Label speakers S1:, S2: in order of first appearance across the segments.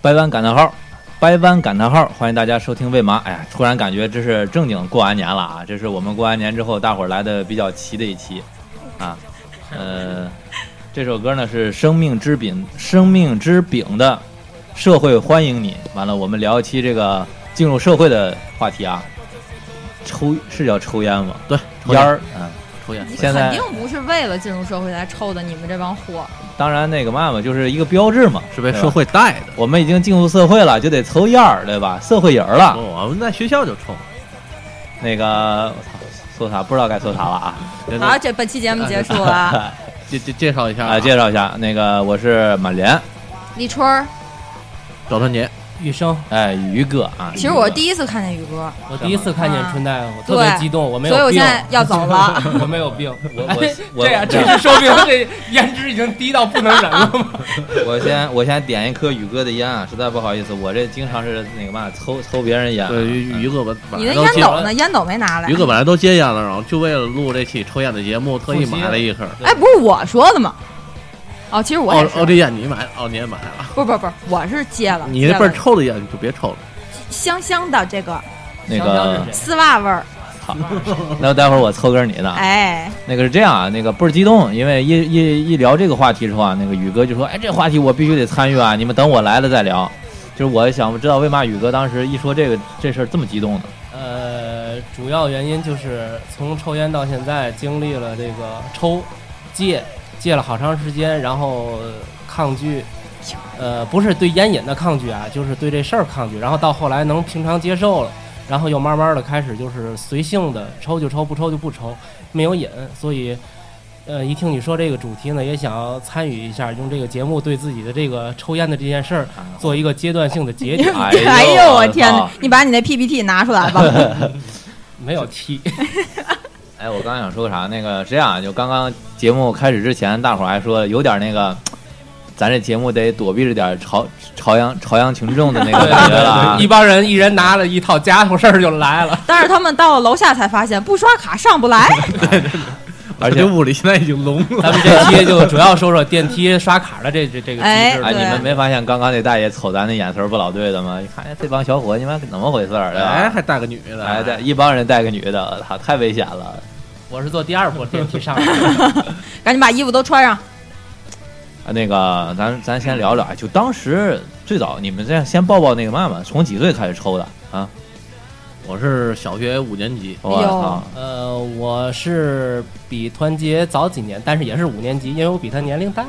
S1: 掰弯感叹号，掰弯感叹号，欢迎大家收听为嘛？哎呀，突然感觉这是正经过完年了啊！这是我们过完年之后大伙儿来的比较齐的一期啊。呃，这首歌呢是《生命之饼》，《生命之饼》的《社会欢迎你》。完了，我们聊一期这个进入社会的话题啊。抽是叫抽烟吗？
S2: 对，抽
S1: 烟
S2: 烟
S1: 儿，嗯。
S2: 抽烟
S3: 你
S1: 现
S3: 肯
S1: 在
S3: 定不是为了进入社会才抽的，你们这帮货。
S1: 当然那个嘛嘛，就是一个标志嘛，
S2: 是被
S1: 对吧
S2: 社。会带的。
S1: 我们已经进入社会了，就得抽烟儿，对吧？社会人儿了。
S2: 哦我们在学校就抽，
S1: 那个，我操，说啥不知道该说啥了啊！
S2: 真的
S3: 好，这本期节目结束了。啊
S2: 介介介绍一下
S1: 啊，介绍一下，那个我是马连，
S3: 立春儿，
S2: 早春节
S4: 雨生，
S1: 哎，于哥啊。
S3: 其实我第
S1: 一
S3: 一次看见宇哥，
S4: 我第一次看见春大夫，特别
S3: 对
S4: 激动，我没有
S3: 所以我
S4: 病
S3: 现，在要走了。
S4: 我没有病。
S1: 我
S4: 哎
S1: 我
S4: 这样
S1: 我
S4: 这是说 明这颜值已经低到不能忍了吗？
S1: 我先我先点一颗宇哥的烟啊，实在不好意思，我这经常是那个嘛，抽抽别人烟啊。
S2: 对于于哥本
S3: 你
S2: 本
S3: 的
S2: 来都
S3: 烟
S2: 戒
S3: 斗呢？烟斗没拿来
S2: 于。哥本来都戒烟了，然后就为了录这期抽烟的节目，特意买了一盒。
S3: 哎，不是我说的吗？哦，其实我
S2: 奥
S3: 也是
S2: 奥，利烟你买了，哦奥你也买了。
S3: 不是不是不是，我是戒了。
S2: 你那
S3: 这
S2: 辈儿抽的烟你就别抽了。
S3: 香香的这个
S1: 那
S4: 香蕉
S1: 个
S4: 是，谁
S3: 丝袜味儿，
S1: 那待会儿我抽根你的。啊。
S3: 哎，
S1: 那个是这样啊，那个倍儿激动，因为一一一聊这个话题之后啊，那个宇哥就说：“哎，这话题我必须得参与啊，你们等我来了再聊。”就是我想知道为嘛宇哥当时一说这个这事儿这么激动呢？。
S4: 呃，主要原因就是从抽烟到现在，经历了这个抽、戒、戒了好长时间，然后抗拒，呃，不是对烟瘾的抗拒啊，就是对这事儿抗拒，然后到后来能平常接受了，然后又慢慢的开始就是随性的抽就抽，不抽就不抽，没有瘾，所以。呃，一听你说这个主题呢，也想参与一下，用这个节目对自己的这个抽烟的这件事儿做一个阶段性的解 决
S1: 哎呦
S3: 哎呦我天
S1: 我
S3: 哪
S1: 操！
S3: 你把你那 PPT 拿出来吧。
S4: 没有踢，
S1: 哎，我刚刚想说个啥？那个是这样啊，就刚刚节目开始之前，大伙儿还说有点那个，咱这节目得躲避着点朝朝阳朝阳群众的那个
S4: 对
S1: 感觉了啊
S4: 对对，一。帮人一人拿了一套家伙事儿就来了。
S3: 但是他们到了楼下才发现，不刷卡上不来。
S1: 而且
S2: 这屋里现在已经聋 了。
S4: 咱们这期就主要说说电梯刷卡的这这这个机制
S1: 哎，
S4: 了。
S1: 你
S3: 对
S1: 们没发现刚刚那大爷瞅咱那眼神儿不老对的吗？一看哎这帮小伙，你们怎么回事儿？对吧啊
S2: 哎，还带个女的。
S1: 哎，对，一帮人带个女的，操，太危险了。
S4: 我是坐第二波电梯上 来的，
S3: 赶紧把衣服都穿上。
S1: 啊，那个，咱咱先聊聊啊，就当时最早你们这样先报报那个嘛嘛，从几岁开始抽的啊？
S2: 我是小学五年级，
S1: 我啊
S3: 哎呦
S1: 操，
S4: 呃，我是比团结早几年，但是也是五年级，因为我比他年 龄大。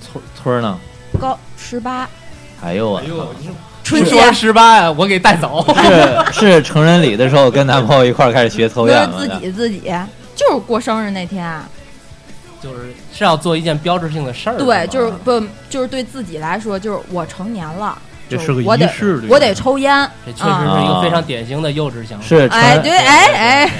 S1: 村村儿呢？
S3: 高十八，
S1: 哎呦我操！
S3: 春
S4: 你
S3: 节
S4: 说十八呀，我给带走。
S1: 是是成人礼的时候跟男朋友一块儿开始学抽
S3: 不是
S1: 烟
S3: 自
S1: 了。
S3: 己自己，就是过生日那天，啊
S4: 就是是要做一件标志性的事儿。
S3: 对，
S4: 吧
S3: 就是不就是对自己来说，就是我成年了，
S2: 这
S3: 就是
S2: 个
S3: 我
S2: 仪
S3: 得
S2: 式。对吧
S3: 我得。抽烟。
S4: 这确实是一
S1: 嗯
S4: 个非常典型的幼稚想法。
S1: 是成
S3: 哎，
S1: 人
S3: 对，哎哎，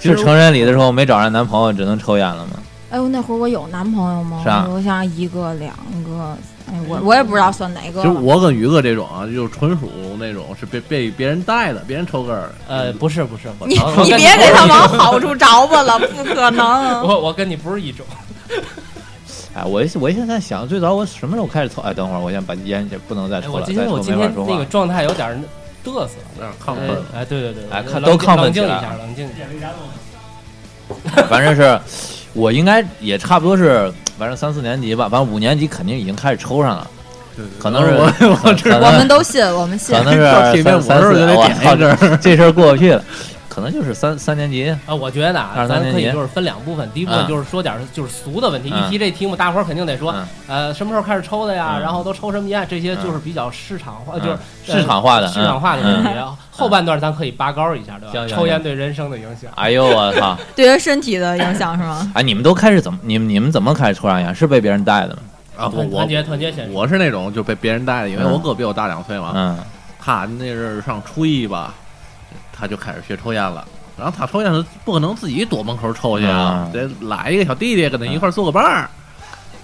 S1: 是成人礼的时候没找上男朋友，只能抽烟了吗？
S3: 哎呦，那会儿我有男朋友吗
S1: 是啊？
S3: 我想一个两个，哎，我我也不知道算哪个
S2: 其实
S3: 了。
S2: 我跟于哥这种啊，就是纯属那种是被被别人带的，别人抽根儿。嗯
S4: 呃，不是不是，我
S3: 你
S4: 我跟
S3: 你别给他往好处着吧了，不可能。
S4: 我我跟你不是一种。
S1: 哎，我我现在想，最早我什么时候开始抽？哎，等会儿我先把烟也不能再
S4: 哎，
S1: 抽
S4: 我
S1: 了，
S4: 今
S1: 再
S4: 天我
S1: 抽
S4: 今
S1: 没法
S4: 天
S1: 说
S4: 那
S1: 话
S4: 个。状态有点儿嘚瑟。
S2: 有点亢奋了。
S4: 哎，对对对，
S1: 哎看
S4: 冷
S1: 都
S4: 静
S1: 亢奋
S4: 冷静
S1: 起啊来
S4: 一下，冷静一下。
S1: 反正是我应该也差不多是，反正三四年级吧，反正五年级肯定已经开始抽上了，
S2: 对对
S1: 可能是
S2: 我我这
S1: 可
S3: 我
S1: 能
S3: 们都信，我们信
S1: 可。能
S2: 到
S1: 是
S2: 前面
S1: 三三
S2: 我是
S1: 四，
S2: 给
S1: 我
S2: 他点
S1: 操
S2: 一阵儿。
S1: 这事儿过不去了，可能就是三三年级。
S4: 啊，我觉得
S1: 二
S4: 啊，
S1: 十三
S4: 咱可
S1: 年
S4: 以
S1: 级
S4: 就是分两部分，第一部分
S1: 嗯
S4: 就是说点儿就是俗的问题。
S1: 嗯
S4: 一提这题目，大伙儿肯定得说
S1: 嗯，
S4: 呃，什么时候开始抽的呀？
S1: 嗯
S4: 然后都抽什么烟？这些
S1: 嗯
S4: 就是比较市场化，
S1: 嗯
S4: 就是呃
S1: 市场化的
S4: 市场化的问题
S1: 嗯。
S4: 后半段咱可以拔高一下，对
S1: 行
S4: 吧？
S1: 行
S4: 抽烟对人生的影响。
S1: 哎呦我操！
S3: 对于身体的影响是吗？
S1: 哎，你们都开始怎么？你们你们怎么开始抽上烟？是被别人带的吗？
S2: 啊，我
S4: 团
S2: 我
S4: 团结团结先说。
S2: 我是那种就被别人带的，因为
S1: 嗯
S2: 我哥比我大两岁
S4: 啊
S2: 嘛。
S1: 嗯，
S2: 他那阵儿上初一吧，他就开始学抽烟了。然后他抽烟，不可能自己躲门口抽去啊，
S1: 嗯
S2: 得来一个小弟弟跟他一块儿做个伴儿。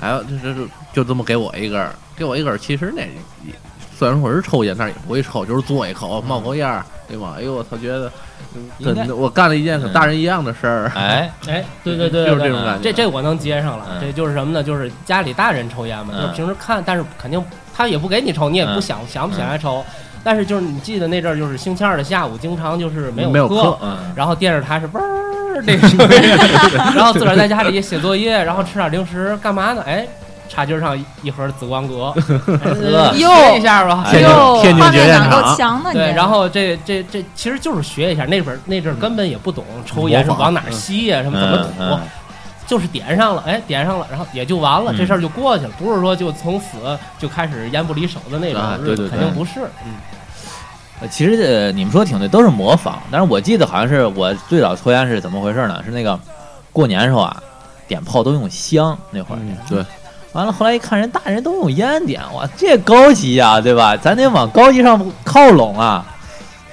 S2: 哎呦，这这这就这么给我一根儿，给我一根儿。其实那也虽然说是抽烟，但是也不会抽，就是嘬一口冒口烟儿，对吗？哎呦，我操，觉得嗯
S1: 应该嗯
S2: 跟我干了一件跟大人一样的事儿，
S1: 哎，
S4: 哎，对对对，
S2: 就是
S4: 对
S2: 这种感觉。
S4: 这这我能接上了
S1: 嗯，
S4: 这就是什么呢？就是家里大人抽烟嘛，
S1: 嗯
S4: 就是平时看，但是肯定他也不给你抽，你也
S2: 嗯
S4: 不想想不起来抽。但是就是你记得那阵儿，就是星期二的下午，经常就是没有
S2: 没有
S4: 课
S2: 课，
S1: 嗯，
S4: 然后电视台是嗡儿那个声 音，然后自个儿在家里也写作业，然后吃点零食，干嘛呢？哎，茶几上一盒紫光 阁，哎
S3: 哟
S4: 学一下吧。
S1: 哎呦
S2: 天津
S3: 画
S2: 绝
S3: 面
S2: 艳
S3: 感
S2: 场
S3: 够强的你。
S4: 对，然后这这这其实就是学一下，那本儿那阵儿根本也不懂抽烟是
S2: 模仿嗯
S4: 往哪儿吸呀，什么怎么吐，啊
S1: 嗯
S4: 就是点上了，哎，点上了，然后也就完了，
S1: 嗯
S4: 这事儿就过去了，不是说就从此就开始烟不离手的那种，
S2: 啊对对对
S4: 肯定不是。
S1: 呃其实呃你们说挺对，都是模仿。但是我记得好像是我最早抽烟是怎么回事呢？是那个过年时候啊，点炮都用香那会儿。
S2: 嗯对，
S1: 完了后来一看，人大人都用烟点，哇，这高级呀、对吧？咱得往高级上靠拢啊。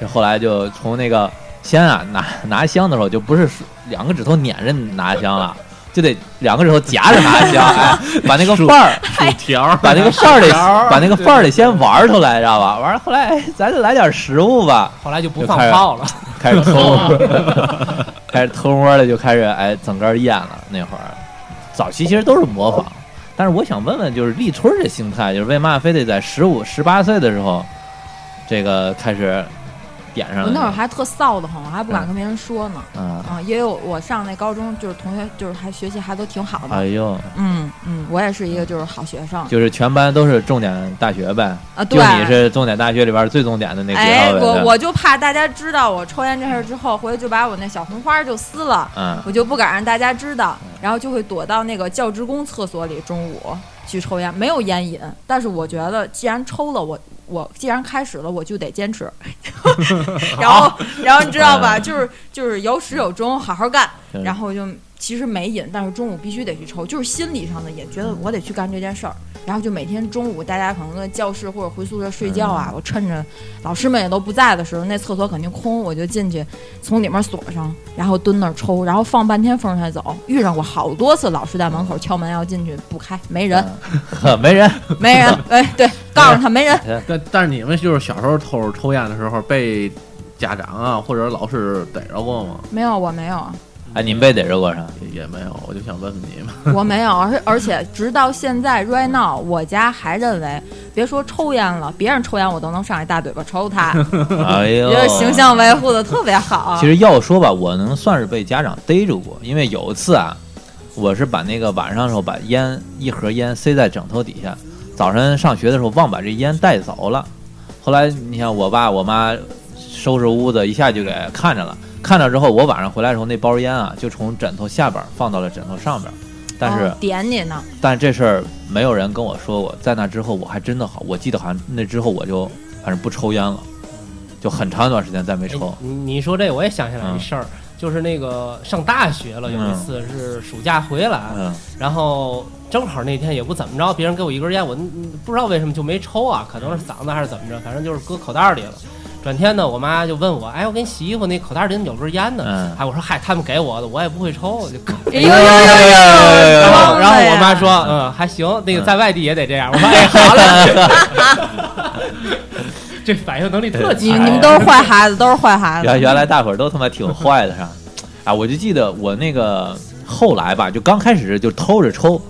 S1: 这后来就从那个先啊拿拿香的时候，就不是两个指头捻着拿香了，就得两个指头夹着拿香，哎，把那个
S2: 竖
S1: 把儿
S2: 薯 条，
S1: 把那个范儿得
S2: 条儿
S1: 把那个范儿得先玩儿出来，知道吧？玩儿后来，哎咱就来点实物吧，
S4: 后来就不放炮了，
S1: 开始偷， 开始偷摸的就开始哎整根儿咽了。那会儿，早期其实都是模仿，但是我想问问，就是立春儿这心态，就是为嘛非得在十五、十八岁的时候，这个开始点上了
S3: 我
S1: 呢？
S3: 那会儿还特臊得很，我还不敢跟别人说呢。
S1: 啊，
S3: 啊，也有我上那高中，就是同学，就是还学习还都挺好的。
S1: 哎呦，
S3: 嗯嗯，我也是一个就是好学生
S1: 就是全班都是重点大学呗，
S3: 啊。
S1: 就
S3: 对，
S1: 你是重点大学里边儿最重点的那个学
S3: 哎，
S1: 校呗。
S3: 我
S1: 对
S3: 我就怕大家知道我抽烟这事儿之后，回去就把我那小红花就撕了，
S1: 嗯，
S3: 我就不敢让大家知道，然后就会躲到那个教职工厕所里，中午去抽烟，没有烟瘾。但是我觉得，既然抽了，我我既然开始了，我就得坚持。 然 后然后你知道吧，
S1: 嗯
S3: 就是就是有始有终，好好干
S1: 对。
S3: 然后就其实没瘾，但是中午必须得去抽，就是心理上的瘾，觉得我得去干这件事儿。然后就每天中午大家可能在教室或者回宿舍睡觉啊，我趁着老师们也都不在的时候，那厕所肯定空，我就进去从里面锁上，然后蹲那儿抽，然后放半天风才走。遇上过好多次，老师在门口敲门要进去，不开，没人，
S1: 呵啊 没人，
S3: 没人，哎，对，告诉他没人，
S2: 但但是你们就是小时候偷着抽烟的时候被家长啊或者老师逮着过吗？
S3: 没有，我没有，啊
S1: 哎，你们被逮着过啥？
S2: 也也没有，我就想问问你们。
S3: 我没有，而而且直到现在 right now，我家还认为，别说抽烟了，别人抽烟我都能上一大嘴巴抽他，
S1: 哎
S3: 觉
S1: 呦，
S3: 得形象维护的特别好
S1: 其。实要说吧，我能算是被家长逮着过，因为有一次啊，我是把那个晚上的时候把烟一盒烟塞在枕头底下，早晨上学的时候忘把这烟带走了。后来你像我爸我妈收拾屋子，一下就给看着了。看着之后，我晚上回来的时候，那包烟啊就从枕头下边放到了枕头上边。但是，
S3: 哦点你呢，
S1: 但这事儿没有人跟我说过。在那之后，我还真的好，我记得好像那之后我就反正不抽烟了，就很长一段时间再没抽。
S4: 哎你你说这我也想起来
S1: 哦嗯
S4: 一事儿，就是那个上大学了，有一次是暑假回来，
S1: 嗯
S4: 然后正好那天也不怎么着，别人给我一根烟，我嗯不知道为什么就没抽啊，可能是嗓子还是怎么着，反正就是搁口袋里了。转天呢，我妈就问我，哎，我给你洗衣服那口袋里怎么有根烟呢？
S1: 嗯
S4: 哎，我说嗨，他们给我的，我也不会抽，我就搁。
S3: 哎
S1: 呦呦呦呦呦呦
S4: 然
S3: 呦
S4: 后，呃然后我妈说，嗯，还行，那个在外地也得这样。我说，哎，好嘞。 这反应能力特
S3: 你
S4: 强，
S3: 你们都是坏孩子，都是坏孩
S1: 原
S3: 子。
S1: 原来大伙儿都他妈挺坏的是吧？啊，我就记得我那个后来吧，就刚开始就偷着抽，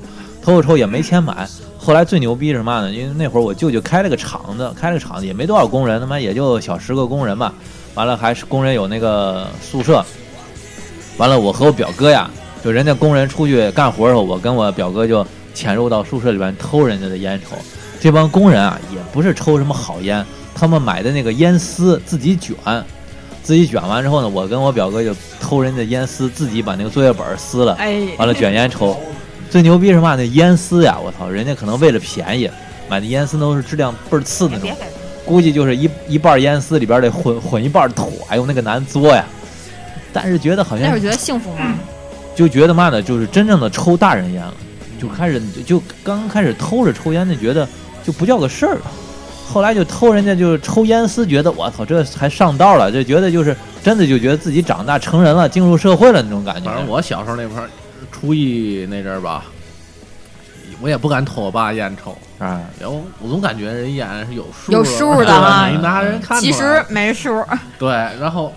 S1: 偷着抽也没钱买。后来最牛逼是嘛呢？因为那会儿我舅舅开了个厂子，开了个厂子也没多少工人，他妈也就小十个工人吧。完了还是工人有那个宿舍。完了，我和我表哥呀，就人家工人出去干活的时候，我跟我表哥就潜入到宿舍里边偷人家的烟抽。这帮工人啊，也不是抽什么好烟，他们买的那个烟丝自己卷，自己卷完之后呢，我跟我表哥就偷人家烟丝，自己把那个作业本儿撕了，
S3: 哎，
S1: 完了卷烟抽。最牛逼是嘛？那烟丝呀，我操，人家可能为了便宜，买的烟丝都是质量倍儿次的那种
S3: 别，给
S1: 估计就是一一半烟丝里边得混混一半土，哎呦那个难作呀。但是觉得好
S3: 那会
S1: 像
S3: 儿觉得幸福吗？
S1: 就觉得嘛的，就是真正的抽大人烟了，就开始就刚开始偷着抽烟，就觉得就不叫个事儿了。后来就偷人家就是抽烟丝，觉得我操这还上道了，就觉得就是真的就觉得自己长大成人了，进入社会了那种感觉。
S2: 反正我小时候那会儿，初一那阵儿吧，我也不敢瞅我爸烟抽，
S1: 啊，
S2: 然后我总感觉人烟是有数
S3: 有
S2: 数
S3: 数的啊
S2: 啊，没拿人看出来。
S3: 其实没数，
S2: 对，然后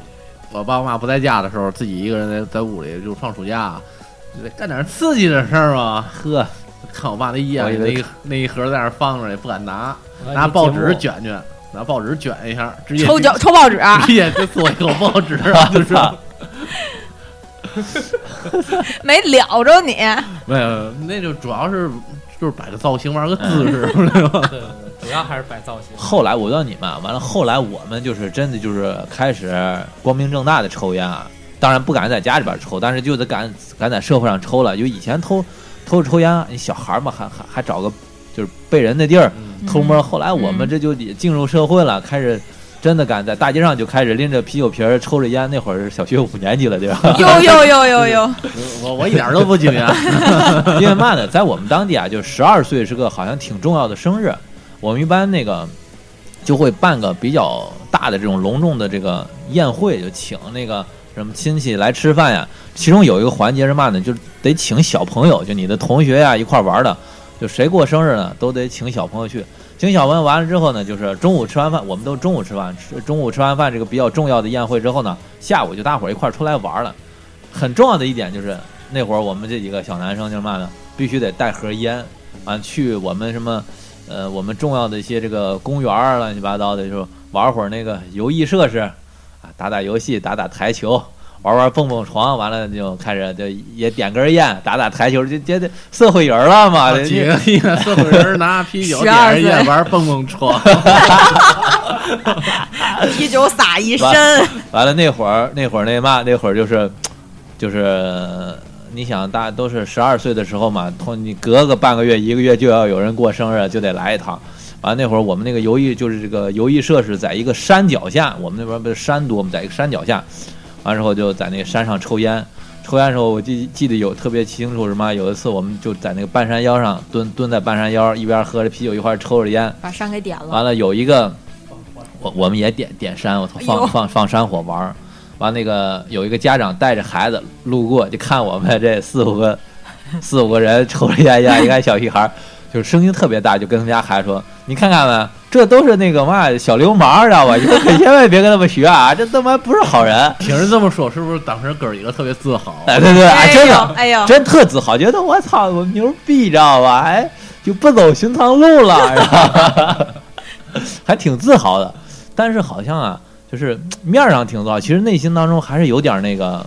S2: 我爸妈不在家的时候，自己一个人在在屋里，就放暑假，就得干点刺激的事儿嘛。
S1: 呵，
S2: 看我爸那烟
S1: 我以
S2: 那
S1: 为
S2: 一那一盒在那儿放着，也不敢拿，
S4: 我
S2: 拿
S4: 这
S2: 报
S4: 节
S2: 纸
S4: 目
S2: 卷卷，拿报纸卷一下，直接
S3: 抽脚抽报纸啊，
S2: 直接就嘬一口报纸 啊，就是
S3: 没了着你。
S2: 没有，那就主要是就是摆个造型，玩个姿势， 对吧？
S4: 对，对对主要还是摆造型。
S1: 后来我问你们啊，完了后来我们就是真的就是开始光明正大的抽烟啊，当然不敢在家里边抽，但是就得敢敢在社会上抽了。就以前偷偷着抽烟，你小孩嘛，还还还找个就是背人的地儿
S2: 嗯
S1: 偷摸。后来我们这就也进入社会了，开始真的敢在大街上就开始拎着啤酒瓶儿抽着烟。那会儿是小学五年级了，对吧？
S3: 呦呦呦呦呦，
S2: 我我一点都不惊 讶。
S1: 因为嘛呢，在我们当地啊，就十二岁是个好像挺重要的生日，我们一般那个就会办个比较大的这种隆重的这个宴会，就请那个什么亲戚来吃饭呀。其中有一个环节是嘛呢，就得请小朋友，就你的同学呀一块儿玩的，就谁过生日呢，都得请小朋友去。请小朋友完了之后呢，就是中午吃完饭，我们都中午吃饭，吃中午吃完饭这个比较重要的宴会之后呢，下午就大伙儿一块儿出来玩了。很重要的一点就是那会儿我们这几个小男生就是嘛呢，必须得带盒烟，啊，去我们什么，呃，我们重要的一些这个公园儿啊乱七八糟的，就玩会儿那个游艺设施，啊，打打游戏，打打台球，玩玩蹦蹦床，完了就开始就也点根烟，打打台球，就觉得社会人儿了嘛，这
S2: 啊几个一个社会人拿啤酒点
S3: 12
S2: 着
S3: 岁
S2: 烟玩蹦蹦床，
S3: 啤酒洒一身
S1: 完， 完了那会儿，那会儿那嘛，那会儿就是，就是呃你想大都是十二岁的时候嘛，通你隔个半个月一个月就要有人过生日，就得来一趟。完了那会儿我们那个游艺就是这个游艺设施在一个山脚下，我们那边不是山多嘛，在一个山脚下，完之后就在那个山上抽烟。抽烟的时候，我记记得有特别清楚什么，有一次我们就在那个半山腰上蹲蹲在半山腰，一边喝着啤酒一块儿抽着烟。
S3: 把山给点了。
S1: 完了有一个，我我们也点点山，我操，
S3: 哎呦
S1: 放放放山火玩儿。完那个有一个家长带着孩子路过，就看我们这四五 个四五个人抽着烟烟，一看小屁孩儿，就是声音特别大，就跟他们家孩子说：“你看看吧，这都是那个嘛小流氓，啊知道 吧？你们可千万别跟他们学啊，这他妈不是好人。
S2: 听人这么说，是不是当时哥儿几个特别自豪？”
S1: 哎，对对，哎，真的，
S3: 哎 呦，
S1: 真特自豪，觉得我操，我牛逼，知道吧？哎，就不走寻常路 了，知道吧 还挺自豪的。但是好像啊，就是嗯面儿上挺自豪，其实内心当中还是有点那个，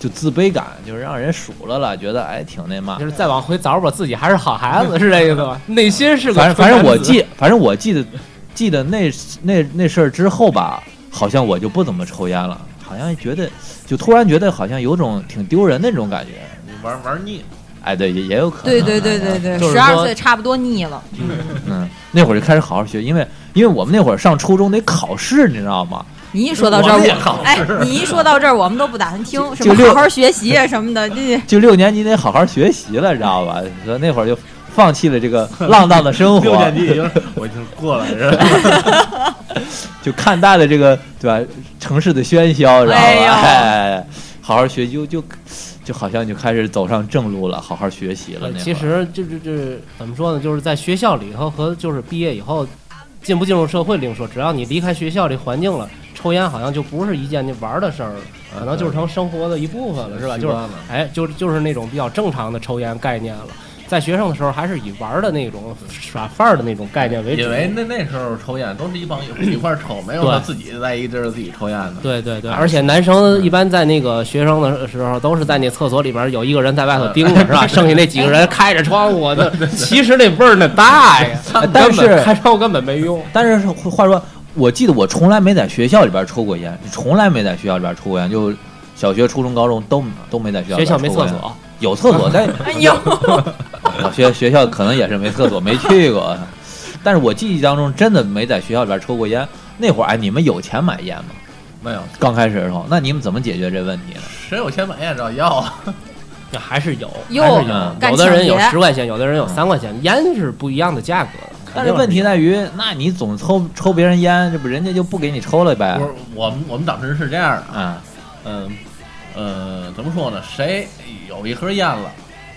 S1: 就自卑感，就是让人数落了，觉得哎挺那嘛
S4: 就。是再往回找找自己还是好孩子，是这意思吧？内心是个
S1: 反正反
S4: 纯
S1: 正
S4: 男
S1: 我
S4: 子
S1: 记，反正我记得记得那那那事儿之后吧，好像我就不怎么抽烟了，好像觉得就突然觉得好像有种挺丢人的那种感觉。
S2: 你玩玩腻了，
S1: 哎，对，也也有可能。
S3: 对对对
S1: 哎
S3: 对对，
S1: 就是
S3: 十二
S1: 说
S3: 岁差不多腻了。
S1: 嗯，那会儿就开始好好学，因为因为我们那会儿上初中得考试，你知道吗？
S3: 你一说到这儿，
S2: 我们也好
S3: 我哎，你一说到这儿，我们都不打算听什
S1: 就
S3: 么
S1: 六
S3: 好好学习啊什么的，这
S1: 就六年级得好好学习了，知道吧？所以那会儿就放弃了这 个浪荡的生
S2: 六
S1: 活
S2: 年，级已经我已经过来人了，
S1: 就看淡了这个对吧？城市的喧嚣，知道吧？
S3: 哎呦
S1: 哎，好好学习就就就好像就开始走上正路了，好好学习了。
S4: 对
S1: 那会儿
S4: 呃
S1: 哎
S4: 其实就就就是怎么说呢？就是在学校里头和就是毕业以后，进不进入社会另说。只要你离开学校这环境了，抽烟好像就不是一件就玩儿的事儿了，可能就是成生活的一部分了，是吧？
S2: 啊习
S4: 就是
S2: 惯了
S4: 哎，就是就是那种比较正常的抽烟概念了。在学生的时候，还是以玩儿的那种耍范儿的那种概念为主。
S2: 因为那那时候抽烟都是一帮友一块儿抽，没有
S4: 对
S2: 说自己在一地儿自己抽烟的。
S4: 对对对，而且男
S2: 嗯
S4: 生一般在那个学生的时候，都是在那厕所里边有一个人在外头
S2: 嗯
S4: 盯着，是吧？剩下那几个人开着窗户， 那其实那味儿那大呀，
S1: 但
S4: 根本
S1: 是
S4: 开窗户根本没用。
S1: 但是话说，我记得我从来没在学校里边抽过烟，从来没在学校里边抽过烟，就小学、初中、高中都都没在学校里
S4: 学
S1: 边
S4: 校
S1: 抽
S4: 没
S1: 过
S4: 厕
S1: 烟。
S4: 所，
S1: 有厕所， 但
S3: 哎呦，
S1: 我学学校可能也是没厕所，没去过。但是我记忆当中真的没在学校里边抽过烟。那会儿哎，你们有钱买烟吗？
S2: 没有，
S1: 刚开始的时候，那你们怎么解决这问题呢？
S2: 谁有钱买烟找要啊？
S4: 那还是有，
S3: 哟
S4: 还是
S1: 嗯
S3: 干
S4: 有。有的人有
S3: 抢劫
S4: 十块钱，有的人有三块钱，烟是不一样的价格的。
S1: 但是问题在于，那你总抽抽别人烟，这不人家就不给你抽了呗
S2: 不？是，我们我们当时是这样的，
S1: 啊，
S2: 嗯，呃，怎么说呢？谁有一盒烟了，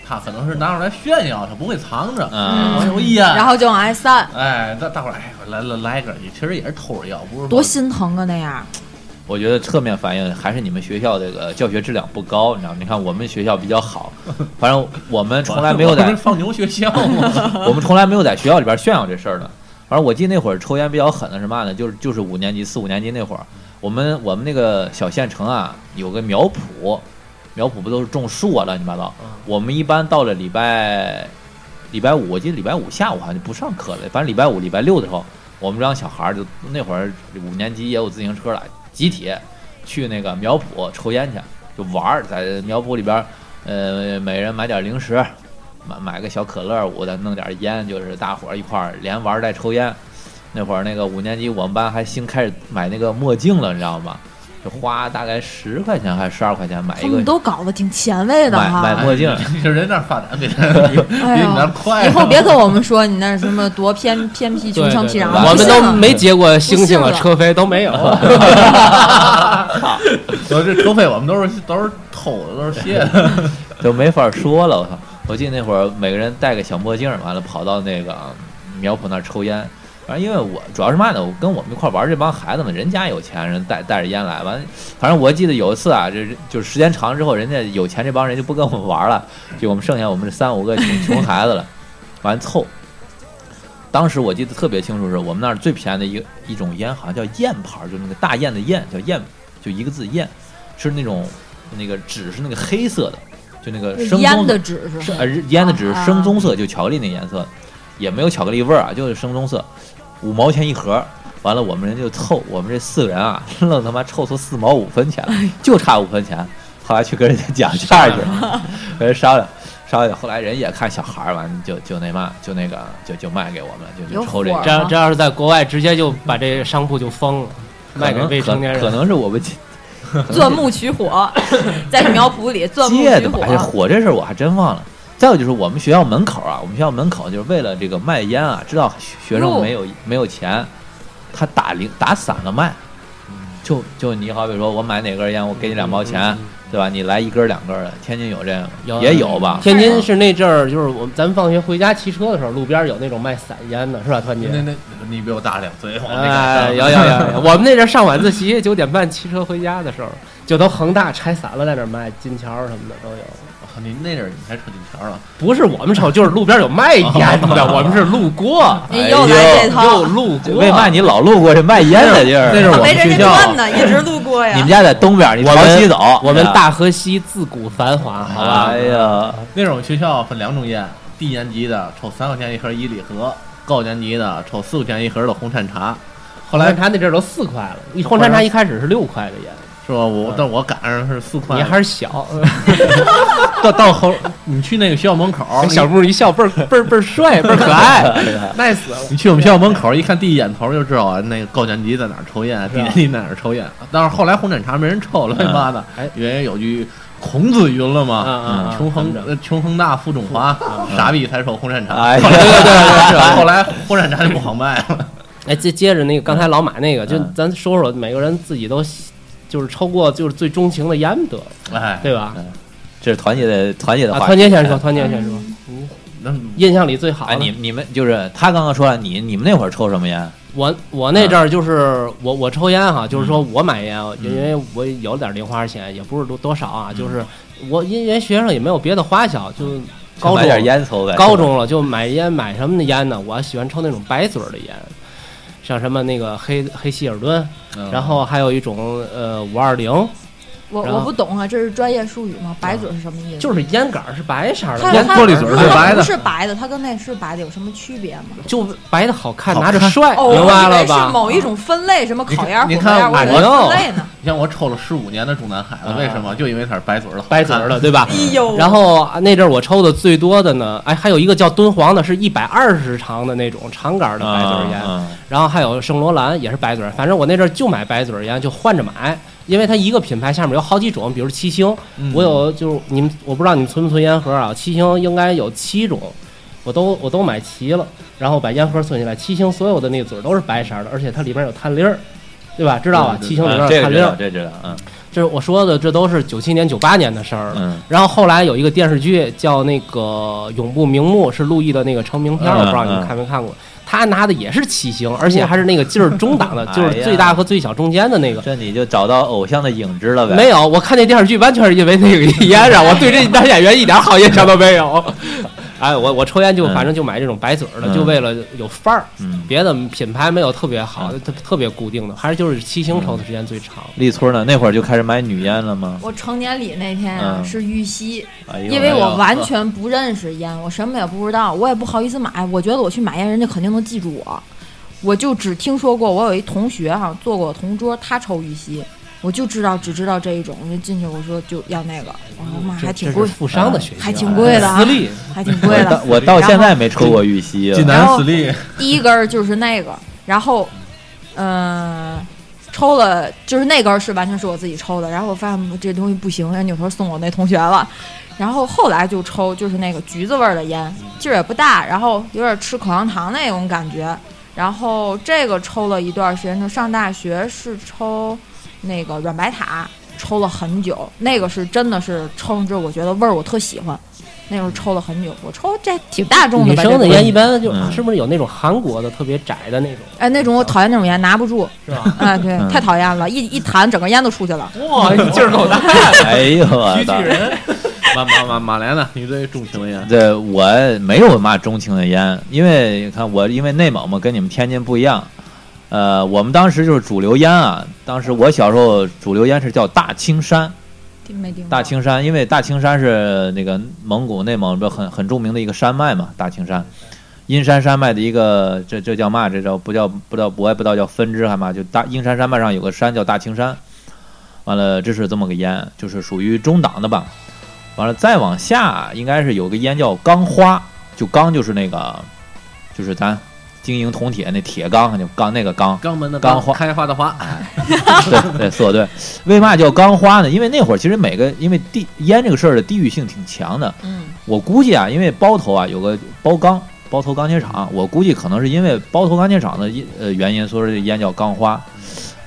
S2: 他可能是拿出来炫耀，他不会藏着。
S1: 嗯
S2: 哎呦呀，
S3: 然后就往外散，
S2: 哎，大大伙儿哎，来来来一根儿，也其实也是偷着要，不是
S3: 多
S2: 说
S3: 心疼啊那样。
S1: 我觉得侧面反映还是你们学校这个教学质量不高，你知道吗？你看我们学校比较好，反正我们从来没有
S2: 我不
S1: 在
S2: 是放牛学校吗？
S1: 我们从来没有在学校里边炫耀这事儿的。反正我记得那会儿抽烟比较狠的是嘛呢？就是就是五年级四五年级那会儿，我们我们那个小县城啊有个苗圃，苗圃不都是种树啊乱七八糟
S2: 嗯。
S1: 我们一般到了礼拜礼拜五，我记得礼拜五下午好像就不上课了，反正礼拜五礼拜六的时候，我们这帮小孩儿就那会儿五年级也有自行车了，集体去那个苗圃抽烟去，就玩儿，在苗圃里边儿，呃，每人买点零食，买买个小可乐，我再弄点烟，就是大伙儿一块儿连玩儿带抽烟。那会儿那个五年级我们班还新开始买那个墨镜了，你知道吗？就花大概十块钱还是十二块钱买
S3: 他
S1: 一个
S3: 们，都搞得挺前卫的
S1: 买
S3: 哈
S1: 哎买。墨镜，
S2: 就人那儿发展比比比
S3: 哎
S2: 你那儿
S3: 呦，
S2: 快。啊
S3: 以后别跟我们说你那是什么多偏偏僻
S4: 对
S3: 穷乡
S4: 对
S3: 僻
S4: 对
S3: 壤，
S1: 啊
S4: 我
S3: 不
S4: 们
S3: 信
S4: 都
S3: 了
S4: 没结过星星
S3: 不信了
S4: 啊，车飞 都没有。
S2: 我这车费我们都是都是偷的，都是借的。
S1: 就没法说了。我操！我记得那会儿每个人戴个小墨镜儿，完了跑到那个啊苗圃那儿抽烟。反正因为我主要是嘛呢，我跟我们一块儿玩儿这帮孩子们，人家有钱人带带着烟来，完，反正我记得有一次啊，这就是时间长之后，人家有钱这帮人就不跟我们玩儿了，就我们剩下我们这三五个穷穷孩子了，完凑。当时我记得特别清楚是，我们那儿最便宜的一个一种烟，好像叫燕牌儿，就那个大雁的雁，叫雁，就一个字雁，是那种那个纸是那个黑色的，就那个
S3: 就是
S1: 生
S3: 烟
S1: 棕
S3: 的纸是
S1: 是
S3: 吧
S1: 呃腌的只是生
S3: 啊
S1: 棕色，就巧克力那颜色，也没有巧克力味儿啊，就是生棕色，五毛钱一盒。完了，我们人就凑，我们这四个人啊， 愣他妈凑出四毛五分钱
S3: 哎
S1: 了，就差五分钱。后来去跟人家讲价去了，跟人商量商量。后来人也看小孩儿，完就就那嘛，就那个就就卖给我们，就就
S3: 有
S1: 抽这个
S3: 火儿。
S4: 这要这要是在国外，直接就把这商铺就封了，卖给未成年人。
S1: 可能是我们
S3: 钻木取火，在苗圃里钻木
S1: 借
S3: 取
S1: 的吧？哎呀，
S3: 火，
S1: 火这事儿我还真忘了。再有就是我们学校门口啊，我们学校门口就是为了这个卖烟啊，知道学生
S3: 路
S1: 没有没有钱，他打零打散了卖，
S4: 嗯
S1: 就就你好比说我买哪根烟，我给你两毛钱，
S4: 嗯
S1: 对吧？你来一根儿两根儿的，天津有这样
S4: 有
S1: 也有吧？
S4: 天津是那阵儿，就是我们咱们放学回家骑车的时候，路边有那种卖散烟的，是吧，团结？
S2: 那那你比我大两岁，我没
S4: 哎，
S2: 赶
S4: 有有有有，我们那阵儿上晚自习九点半骑车回家的时候，就都恒大拆散了，在那儿卖金条什么的都有。
S2: 上。你那阵儿你还抽金条了？
S4: 不是我们抽，就是路边有卖烟 的，我们是路过，
S3: 你
S1: 哎
S3: 又来这套
S4: 又，路过。
S1: 为嘛你老路过这卖烟的地儿？
S2: 那是我
S3: 没
S2: 们
S3: 人
S2: 学
S3: 家
S2: 校，
S3: 断呢，一直路过呀
S1: 你。们家在东边儿，你
S4: 我
S1: 朝
S4: 们
S1: 西走，
S4: 我们
S1: 对吧
S4: 大河西自古繁华，好吧
S1: 哎？呀，
S2: 那阵儿我们学校分两种烟，低年级的抽三块钱一盒伊利盒，高年级的抽四块钱一盒的红杉茶。后
S4: 红
S2: 来
S4: 山茶那阵儿都四块了，红山茶一开始是六块的烟，
S2: 是吧？我
S4: 嗯
S2: 但我赶上是四块，
S4: 你还是小，
S2: 到到后，你去那个学校门口，
S4: 跟 小
S2: 你
S4: 木一笑倍儿倍儿倍儿帅，倍儿 可爱，nice 了。
S2: 你去我们学校门口一看，第一眼头就知道啊，那个高年级在哪儿抽烟，低年级在哪儿抽烟。但是后来红盏茶没人抽了，
S1: 嗯
S2: 妈的！
S4: 哎
S2: 原先有句孔子云了
S4: 啊
S2: 嘛，
S4: 啊！
S2: 穷
S4: 横
S2: 横
S4: 着。
S2: 呃穷横大富中华，
S4: 嗯
S2: 傻逼才抽红盏茶。
S1: 哎呀
S2: 后来是 吧后来红盏茶就不好卖了。
S4: 哎，接接着那个刚才老马那个，就
S1: 嗯
S4: 咱说说每个人自己都就是抽过就是最钟情的烟得了，
S2: 哎，
S4: 对吧？
S1: 这是团结的团结的
S4: 啊，
S1: 话题。
S4: 团结先说，团结先说，
S2: 那
S4: 印象里最好的。
S1: 哎，你你们就是他刚刚说了，你你们那会儿抽什么烟？
S4: 我我那阵儿
S1: 嗯
S4: 就是我我抽烟哈，就是说我买烟，因为我有点零花钱，也不是多多少
S1: 嗯
S4: 啊，就是我因为学生也没有别的花销，就高
S1: 买
S4: 中
S1: 点烟抽呗。
S4: 高中了就买烟，买什么的烟呢？我喜欢抽那种白嘴儿的烟，像什么那个黑黑希尔顿，
S2: 嗯
S4: 然后还有一种呃五二零，
S3: 我
S4: 然后
S3: 我不懂啊，这是专业术语吗？白嘴是什么意思？
S4: 就是烟杆儿是白色儿的，
S3: 它
S4: 烟
S2: 烟玻璃嘴儿是白
S3: 它
S2: 的
S3: 不是白的，它跟那是白的有什么区别吗？
S4: 就白的好看，
S2: 好
S4: 拿
S2: 看
S4: 着帅，
S3: 哦，
S4: 明白了
S3: 我以为
S4: 吧
S3: 是？某一种分类，什么烤鸭、火
S2: 你
S3: 锅
S2: 看
S3: 鸭，我以为
S4: 你看我
S3: 分类呢。
S2: 你像我抽了十五年的中南海了，
S4: 啊
S2: 为什么？就因为它是白嘴儿的，
S4: 白嘴儿的，对吧
S3: 哎？
S1: 哦
S3: 呦，
S4: 然后啊那阵儿我抽的最多的呢，哎，还有一个叫敦煌的，是一百二十长的那种长杆儿的白嘴儿烟，
S1: 嗯
S4: 然后还有圣罗兰也是白嘴儿，反正我那阵儿就买白嘴儿烟，就换着买，因为它一个品牌下面有好几种，比如七星，
S2: 嗯
S4: 我有就是你们我不知道你们存不存烟盒啊，七星应该有七种，我都我都买齐了，然后把烟盒存起来，七星所有的那嘴儿都是白色儿的，而且它里面有碳粒儿，对吧？知道吧？啊
S2: 对对对
S4: 七星里面
S1: 嗯
S4: 有
S1: 这个
S4: 碳粒
S1: 知
S4: 儿
S1: 道，，这个知道，嗯，
S4: 这我说的这都是九七年、九八年的事儿了。
S1: 嗯，
S4: 然后后来有一个电视剧叫那个《永不瞑目》，是陆毅的那个成名片儿，
S1: 嗯
S4: 我不知道你
S1: 嗯
S4: 们看没看过。他拿的也是七星，而且还是那个劲儿中档 的，就是最大和最小中间的 那个。
S1: 这你就找到偶像的影子了呗？
S4: 没有，我看那电视剧完全是因为那个烟啊，我对这男演员一点好印象都没有。 哎，我我抽烟就
S1: 嗯
S4: 反正就买这种白嘴儿
S1: 嗯
S4: 的，就为了有范儿。
S1: 嗯，
S4: 别的品牌没有特别好的，特特别固定的，还是就是七星抽的时间最长。
S1: 立村呢？那会儿就开始买女烟了吗？
S3: 我成年礼那天啊
S1: 嗯
S3: 是玉溪，
S1: 哎呦
S3: 因为我完
S1: 哎
S3: 全不认识烟，我什么也不知道，我也不好意思买。我觉得我去买烟，人家肯定能记住我。我就只听说过，我有一同学哈、坐过我同桌，他抽玉溪，我就知道只知道这一种。我就进去我说就要那个，我说妈
S4: 这
S3: 还挺
S4: 这
S3: 贵
S4: 是，富商的学校，
S3: 还挺贵的啊
S4: 私
S1: 哎
S4: 立。
S3: 还挺
S1: 呦
S3: 贵
S1: 我到
S3: 的。
S1: 我到现在没抽过玉
S4: 哎
S1: 溪
S2: 济
S1: 啊。
S2: 南私 立，
S3: 第一根儿就是那个，然后，嗯、抽了就是那根儿是完全是我自己抽的，然后我发现这东西不行，人家扭头送我那同学了，然后后来就抽就是那个橘子味儿的烟，劲儿也不大，然后有点吃口香糖那种感觉，然后这个抽了一段时间，就上大学是抽那个软白塔，抽了很久，那个是真的是抽上之后我觉得味儿我特喜欢，那时候抽了很久，我抽这挺大众的
S4: 女
S3: 吧，
S4: 生
S3: 这
S4: 的
S3: 东西
S4: 烟一般就
S1: 嗯
S4: 是不是有那种韩国的特别窄的那种，
S3: 哎，那种我讨厌那种烟，拿不住，
S4: 是吧？
S3: 哎，对，太讨厌了，一一弹整个烟都出去了。
S4: 哇，你劲儿 够大，
S1: 哎呦 我操！
S4: 人。
S2: 马马马马连呢？你对重情的烟，
S1: 对，我没有嘛钟情的烟，因为你看我因为内蒙嘛，跟你们天津不一样。呃，我们当时就是主流烟啊，当时我小时候主流烟是叫大青山，
S3: 没听
S1: 大青山，因为大青山是那个蒙古内蒙不很很著名的一个山脉嘛，大青山，阴山山脉的一个这这叫嘛？这叫不叫不知道我也不知道叫分支还嘛？就大阴山山脉上有个山叫大青山，完了这是这么个烟，就是属于中档的吧。完了再往下应该是有个烟叫钢花，就钢就是那个就是咱晶莹铜铁那铁钢就钢那个钢，
S2: 肛门的
S1: 钢花
S2: 开花的花，
S1: 对对，说的对。为嘛叫钢花呢？因为那会儿其实每个因为地烟这个事儿的地域性挺强的，
S3: 嗯，
S1: 我估计啊，因为包头啊有个包钢包头钢铁厂，啊我估计可能是因为包头钢铁厂的因呃原因，所以说这烟叫钢花。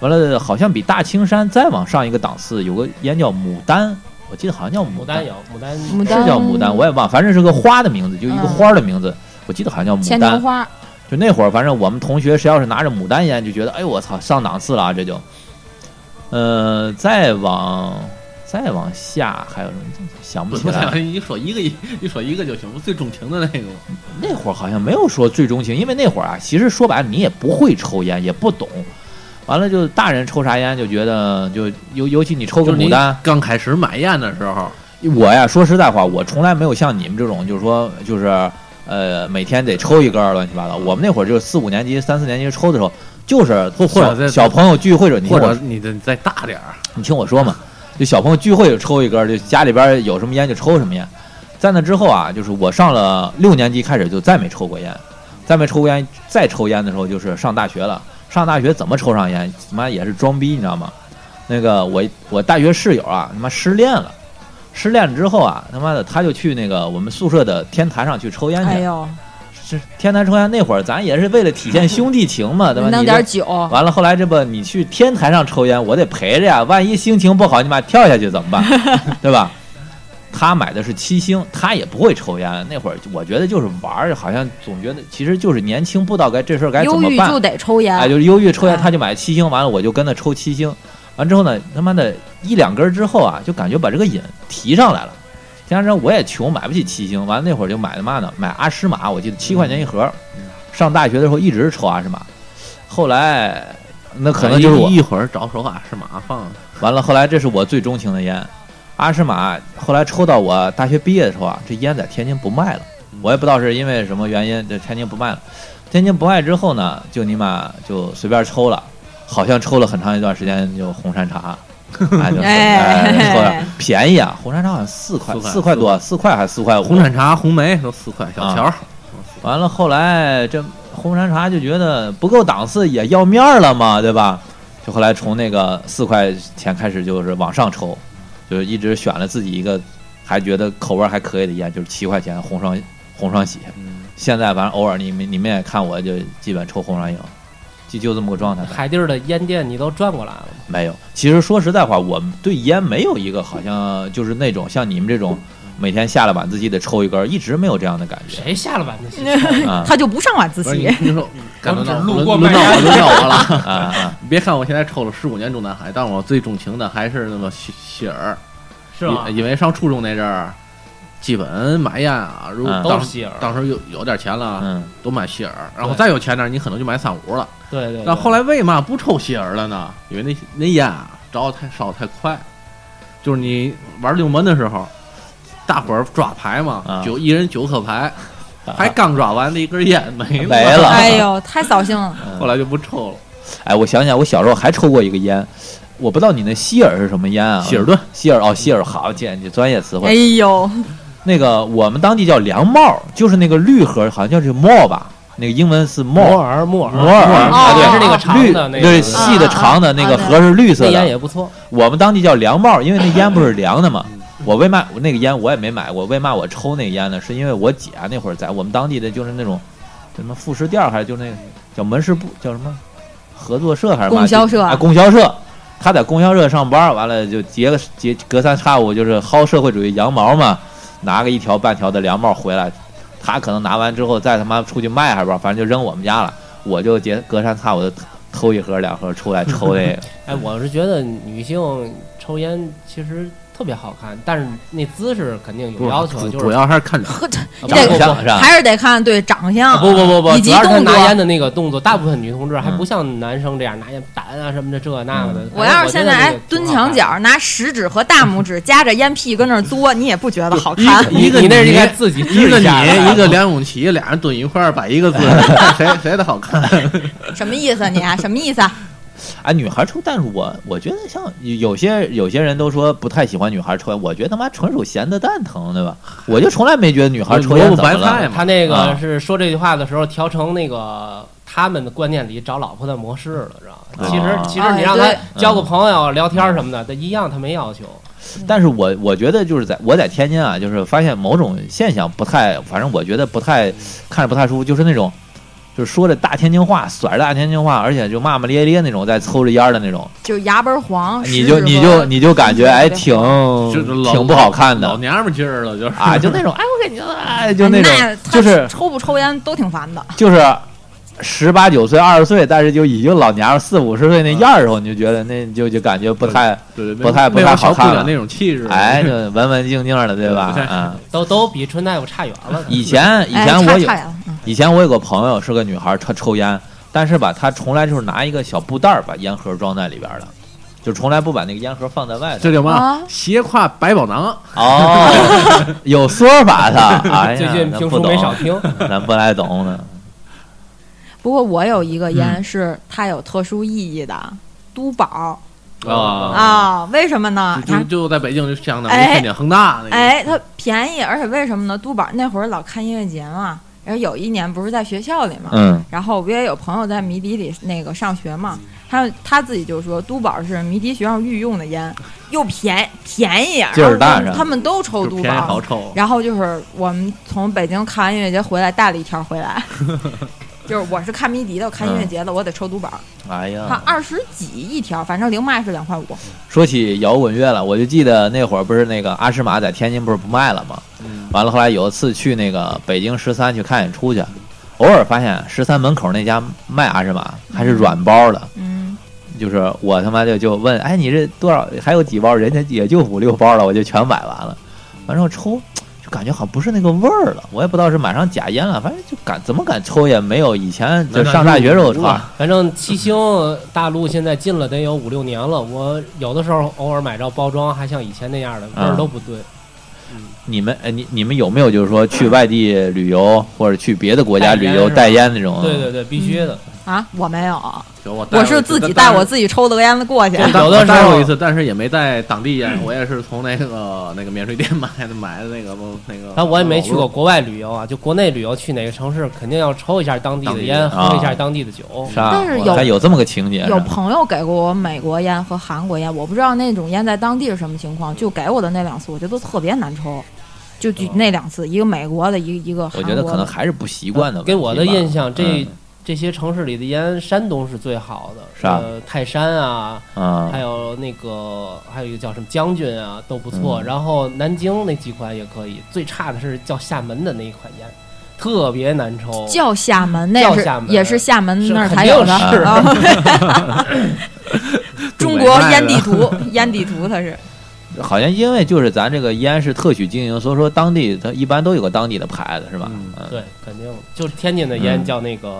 S1: 完了，好像比大青山再往上一个档次有个烟叫牡丹，我记得好像叫牡
S4: 牡丹
S1: 丹，
S4: 有牡丹，
S3: 牡丹
S1: 是叫牡丹，我也忘，反正是个花的名字，就一个
S3: 嗯
S1: 花的名字，我记得好像叫牡
S3: 牵
S1: 丹
S3: 牛。花，
S1: 就那会儿，反正我们同学谁要是拿着牡丹烟，就觉得哎呦我操上档次了啊，这就，呃，再往再往下还有什么想不
S2: 不
S1: 起
S2: 不
S1: 来？
S2: 行，你说一个一说一个就行，最重情的那个嘛。
S1: 那会儿好像没有说最钟情，因为那会儿啊，其实说白了你也不会抽烟，也不懂，完了就大人抽啥烟就觉得就尤尤其你抽个
S2: 就是
S1: 牡
S2: 你
S1: 丹，
S2: 刚开始买烟的时候，
S1: 我呀，说实在话，我从来没有像你们这种，就是说，就是呃，每天得抽一根儿乱七八糟。我们那会儿就是四五年级、三四年级抽的时候，就是
S2: 或或者
S1: 小
S2: 在
S1: 小朋友聚会的时候，你听
S2: 或
S1: 我
S2: 者你得再大点儿，
S1: 你听我说嘛，就小朋友聚会就抽一根儿，就家里边儿有什么烟就抽什么烟。在那之后啊，就是我上了六年级开始就再没抽过烟，再没抽过烟，再抽烟的时候就是上大学了。上大学怎么抽上烟？他妈也是装逼，你知道吗？那个我我大学室友啊，他妈失恋了，失恋了之后啊，他妈的他就去那个我们宿舍的天台上去抽烟去。
S3: 哎呦，
S1: 是天台抽烟那会儿，咱也是为了体现兄弟情嘛，对吧？
S3: 弄
S1: 你这
S3: 点酒，
S1: 完了，后来这不你去天台上抽烟，我得陪着呀，万一心情不好，你妈跳下去怎 么办？对吧？他买的是七星，他也不会抽烟。那会儿我觉得就是玩儿，好像总觉得其实就是年轻不知道该这事儿该怎
S3: 忧
S1: 么
S3: 郁就
S1: 办，
S3: 得抽烟。
S1: 哎，就是忧郁抽烟，
S3: 哎
S1: 他就买七星，完了我就跟他抽七星，完之后呢，他妈的一两根儿之后啊，就感觉把这个瘾提上来了。提上之后我也穷，买不起七星，完了那会儿就买的嘛呢？买阿诗玛，我记得七块钱一盒儿。上大学的时候一直是抽阿诗玛，后来那可能就是我
S2: 哎一一会儿找首阿诗玛放。
S1: 完了，后来这是我最钟情的烟，阿诗玛。后来抽到我大学毕业的时候啊，这烟在天津不卖了，我也不知道是因为什么原因，这天津不卖了。天津不卖之后呢，就尼玛就随便抽了，好像抽了很长一段时间就红山茶，哎，就哎抽了，便宜啊，红山茶好像四块
S2: 四，块
S1: 四块多，四块还是四块五。
S2: 红山茶、红梅都四块，小乔儿
S4: 啊
S1: 完了，后来这红山茶就觉得不够档次，也要面儿了嘛，对吧？就后来从那个四块钱开始，就是往上抽，就是一直选了自己一个还觉得口味儿还可以的烟，就是七块钱红
S3: 嗯
S1: 双红双喜。现在反正偶尔你们你们也看我就基本抽红双影，就就这么个状态呗。
S4: 海地儿的烟店你都转过来了，
S1: 没有，其实说实在话，我们对烟没有一个好像就是那种像你们这种
S3: 嗯
S1: 每天下了晚自习得抽一根儿，一直没有这样的感 觉
S4: 谁下了晚自习？
S1: 啊
S3: 他就不上晚自
S2: 不是你
S3: 习，，
S2: 你说 感觉到
S4: 嗯我只路过
S2: 轮轮到
S4: 麦芽
S2: 我，轮到我 了。
S1: 啊啊！
S2: 你别看我现在抽了十五年中南海，但我最重情的还是那么雪雪儿，
S4: 是吗？
S2: 因因为上初中那阵儿，基本买烟啊，如果
S1: 嗯
S2: 当
S4: 都是雪儿
S2: 当时有有点钱了，
S3: 哎
S1: 嗯，
S2: 都买雪儿，然后
S4: 对
S2: 再有钱点儿，你可能就买三五了。
S4: 对对对。
S2: 但后来为嘛不抽雪儿了呢？因为那那烟啊，着得太烧得太快，就是你玩六门的时候，大伙儿抓牌嘛
S1: 啊，
S2: 九、一人九颗牌，
S1: 啊
S2: 还刚抓完那一根烟没
S1: 没了
S3: 哎呦，太扫兴了。
S2: 后来就不抽了。
S1: 哎，我想想，我小时候还抽过一个烟，我不知道你那希尔是什么烟啊？
S2: 希尔顿，
S1: 希尔哦，希尔好，简直专业词
S3: 哎
S1: 汇。
S3: 呦，
S1: 那个我们当地叫凉帽，就是那个绿盒，好像叫是 m 吧，那个英文是 m
S4: 摩
S1: o
S4: 尔摩尔
S1: 摩尔
S4: 啊，对，
S3: 哦
S4: 是那个长
S1: 绿
S4: 的那
S1: 对
S4: 个，
S1: 细的
S3: 啊啊
S1: 长的那个
S3: 啊
S1: 盒是绿
S4: 那
S1: 色
S4: 烟
S1: 的，
S4: 也不错。
S1: 我们当地叫凉帽，因为那烟不是凉的嘛。我为嘛那个烟我也没买过，为嘛我抽那个烟呢？是因为我姐啊那会儿在我们当地的就是那种什么副食店儿，还是就那个叫门市部叫什么合作社还是嘛
S3: 供销社
S1: 就啊供销社，她在供销社上班，完了就结个结隔三差五就是薅社会主义羊毛嘛，拿个一条半条的凉帽回来，她可能拿完之后再他妈出去卖还是吧，反正就扔我们家了，我就结隔三差五的偷一盒两盒出来抽 那个。
S4: 哎，我是觉得女性抽烟其实特别好看，但是那姿势肯定有要求，
S2: 主
S4: 就是
S2: 主要还是看着
S3: 呵，这
S4: 啊不
S1: 长
S3: 这
S4: 不
S1: 相
S4: 不
S1: 是吧？
S3: 还是得看对长相。
S4: 不不不不，
S3: 以
S4: 主
S3: 及
S4: 要是她
S3: 动作
S4: 拿烟的那个动作，大部分女同志还
S1: 嗯
S4: 不像男生这样拿烟弹啊什么的这那个的。
S3: 我
S4: 哎
S3: 要是
S4: 觉得
S3: 现在
S4: 这
S3: 哎
S4: 个
S3: 蹲
S4: 挺好看
S3: 墙，角，拿食指和大拇指夹着烟屁跟那儿嘬，你也不觉得好看。
S2: 一一个
S4: 你那是
S2: 你
S4: 应该自己
S2: 一个
S4: 治下
S2: 你
S4: 来
S2: 一个梁咏琪，俩人蹲一块儿摆一个姿势，看谁谁的好看。
S3: 什么意思啊你啊？什么意思啊？
S1: 哎，女孩抽，但是我我觉得像有有些有些人都说不太喜欢女孩抽烟，我觉得他妈纯属闲的蛋疼，对吧？我就从来没觉得女孩抽烟
S2: 萝
S1: 怎么
S2: 卜白菜
S1: 了
S2: 嘛。
S4: 他那个
S1: 啊
S4: 是说这句话的时候调成那个他们的观念里找老婆的模式了，知道吗？其
S1: 啊
S4: 实其实
S3: 哎
S4: 你让他
S3: 对
S4: 交
S1: 嗯
S4: 个朋友、聊天什么的，他一样他没要求。
S1: 但是我我觉得就是在我在天津啊，就是发现某种现象不太，反正我觉得不太看着不太舒服，就是那种就是说着大天津话，甩着大天津话，而且就骂骂咧咧那种，在抽着烟的那种，
S3: 就是牙根儿
S2: 啊
S3: 黄，
S1: 你
S3: 食
S1: 就
S3: 指
S1: 你
S3: 和
S1: 就你就感觉哎
S3: 对
S1: 挺
S2: 就是老
S1: 挺不好看
S2: 老
S1: 的
S2: 娘们劲儿了，就是
S1: 啊， 就那种哎我跟你说哎就那
S3: 那
S1: 种
S3: 他
S1: 就是
S3: 抽不抽烟都挺烦的。
S1: 就是十八九岁、二十岁，但是就已经老娘们四五十岁那
S4: 嗯
S1: 样儿的时候，你就觉得那就就感觉不太
S2: 对对，
S1: 不太不太
S2: 没有
S1: 好
S2: 小姑
S1: 看了
S2: 娘那种气质。
S1: 哎，就文文静静的，对吧
S2: 对？
S1: 嗯，
S4: 都都比春大夫差远了。
S1: 以前以
S3: 哎
S1: 前
S3: 差
S1: 我有
S3: 差远了，嗯
S1: 以前我有个朋友是个女孩儿，她抽烟，但是吧，她从来就是拿一个小布袋儿把烟盒装在里边儿的，就从来不把那个烟盒放在外头。
S2: 这叫嘛
S3: 啊？
S2: 斜挎百宝囊，
S1: 哦，有说法的，哎呀，
S4: 最近
S1: 咱
S4: 评
S1: 不
S4: 书
S1: 懂
S4: 没少， 听，
S1: 咱不太懂呢。
S3: 不过我有一个
S1: 嗯
S3: 烟是它有特殊意义的，都宝
S1: 哦
S2: 啊
S3: 啊，为什么呢？
S2: 就
S3: 它
S2: 就就在北京就相当于
S3: 哎
S2: 天津恒大那个。
S3: 哎，它便宜，而且为什么呢？都宝那会儿老看音乐节嘛，然后有一年不是在学校里嘛，
S1: 嗯，
S3: 然后我也有朋友在迷笛里那个上学嘛，他他自己就说都宝是迷笛学校御用的烟，又便便宜，
S1: 劲儿
S3: 然后
S1: 大
S3: 他们
S1: 是吧
S3: 他们都抽
S2: 就
S3: 都
S2: 便宜好
S3: 宝。
S2: 抽，
S3: 然后就是我们从北京看完音乐节回来，带了一条回来，就是我是看迷笛的，我看音乐节的，我得抽都宝，
S1: 哎呀，
S3: 它二十几一条，反正零卖是两块五。
S1: 说起摇滚乐了，我就记得那会儿不是那个阿诗玛在天津不是不卖了吗？
S2: 嗯
S1: 完了后来有一次去那个北京十三去看演出去，偶尔发现十三门口那家卖阿诗玛还是软包的，
S3: 嗯，
S1: 就是我他妈就就问，哎，你这多少还有几包？人家也就五六包了，我就全买完了。完之后抽，就感觉好像不是那个味儿了，我也不知道是买上假烟了，反正就敢怎么敢抽也没有以前就上大学时候抽。
S4: 反正七星大陆现在进了得有五六年了。我有的时候偶尔买着包装，还像以前那样的
S1: 啊
S4: 味儿都不对。
S1: 你们哎，你你们有没有就是说去外地旅游或者去别的国家旅游带
S4: 带
S1: 烟那种？
S4: 对对对，必须的。
S1: 嗯
S3: 啊，我没有，
S2: 就我带
S3: 我是自己带我自己抽的个烟子过去。
S2: 我带
S4: 有的
S2: 我
S4: 时
S2: 带
S4: 候
S2: 过一次，但是也没带当地烟，我也是从那个那个免税店买的买的那个那个。
S1: 啊
S4: 但我也没去过国外旅游啊，就国内旅游去哪个城市，肯定要抽一下当地的烟，
S1: 当地的
S4: 喝一下
S1: 啊
S4: 当地的酒。
S1: 是吧？
S3: 但是
S1: 我
S3: 有
S1: 还有这么个情节，是
S3: 有
S1: 吧
S3: 朋友给过我美国烟和韩国烟，我不知道那种烟在当地是什么情况，就给我的那两次，我觉得特别难抽，就就那两次，一个美国的，一个一个韩
S1: 我
S3: 国
S1: 觉
S3: 的。
S1: 得可能还是不习惯的问题吧。
S4: 给我的印象，这、
S1: 嗯
S4: 这些城市里的烟，山东是最好的，
S1: 是啊
S4: 呃，泰山啊，
S1: 啊
S4: 还有那个还有一个叫什么将军啊，都不错。
S1: 嗯
S4: 然后南京那几款也可以，最差的是叫厦门的那一款烟，特别难抽。
S3: 叫厦门那也
S4: 哦叫厦
S3: 是
S4: 门
S3: 也是厦门
S4: 是
S3: 那儿
S4: 肯
S3: 才有的
S4: 定是
S3: 啊。 中
S2: 东
S3: 国
S2: 北卖
S3: 烟
S2: 的
S3: 地图，烟地图它是
S1: 好像因为就是咱这个烟是特许经营，所以说当地它一般都有个当地的牌子，是吧？
S2: 嗯
S1: 嗯，
S4: 对，肯定就是天津的烟
S1: 嗯
S4: 叫那个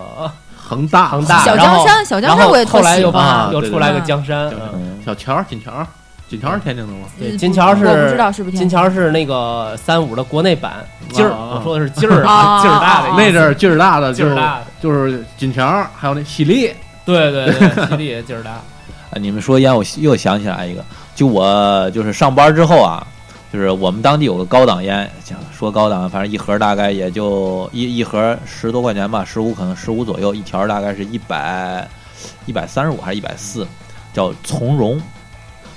S2: 恒大
S4: 恒大，
S3: 小
S4: 啊然后
S3: 江山小江
S4: 然
S3: 山
S4: 后
S3: 我也特
S4: 后来
S3: 喜
S4: 又
S3: 欢
S2: 啊
S4: 又
S2: 对
S4: 出
S2: 对
S4: 来
S3: 对
S4: 个江山，
S2: 江
S4: 嗯
S1: 嗯，
S2: 小桥儿锦桥儿，锦桥儿是天津的吗？
S4: 对
S3: 嗯
S4: 呃金桥是
S3: 我不知道是不是天
S4: 金
S3: 津
S4: 桥是那个三五的国内版劲儿，
S2: 啊
S4: 我说的是劲儿
S3: 啊
S4: 啊，劲儿大
S3: 啊
S4: 的
S2: 那阵儿劲儿大的
S4: 劲
S2: 就
S4: 儿大的，
S2: 就是锦桥儿，还有那喜力，
S4: 对对对，吉利劲儿大，
S1: 啊，你们说烟，我又想起来一个，就我就是上班之后啊，就是我们当地有个高档烟，讲说高档，反正一盒大概也就一一盒十多块钱吧，十五可能十五左右，一条大概是一百一百三十五还是一百四，叫从容。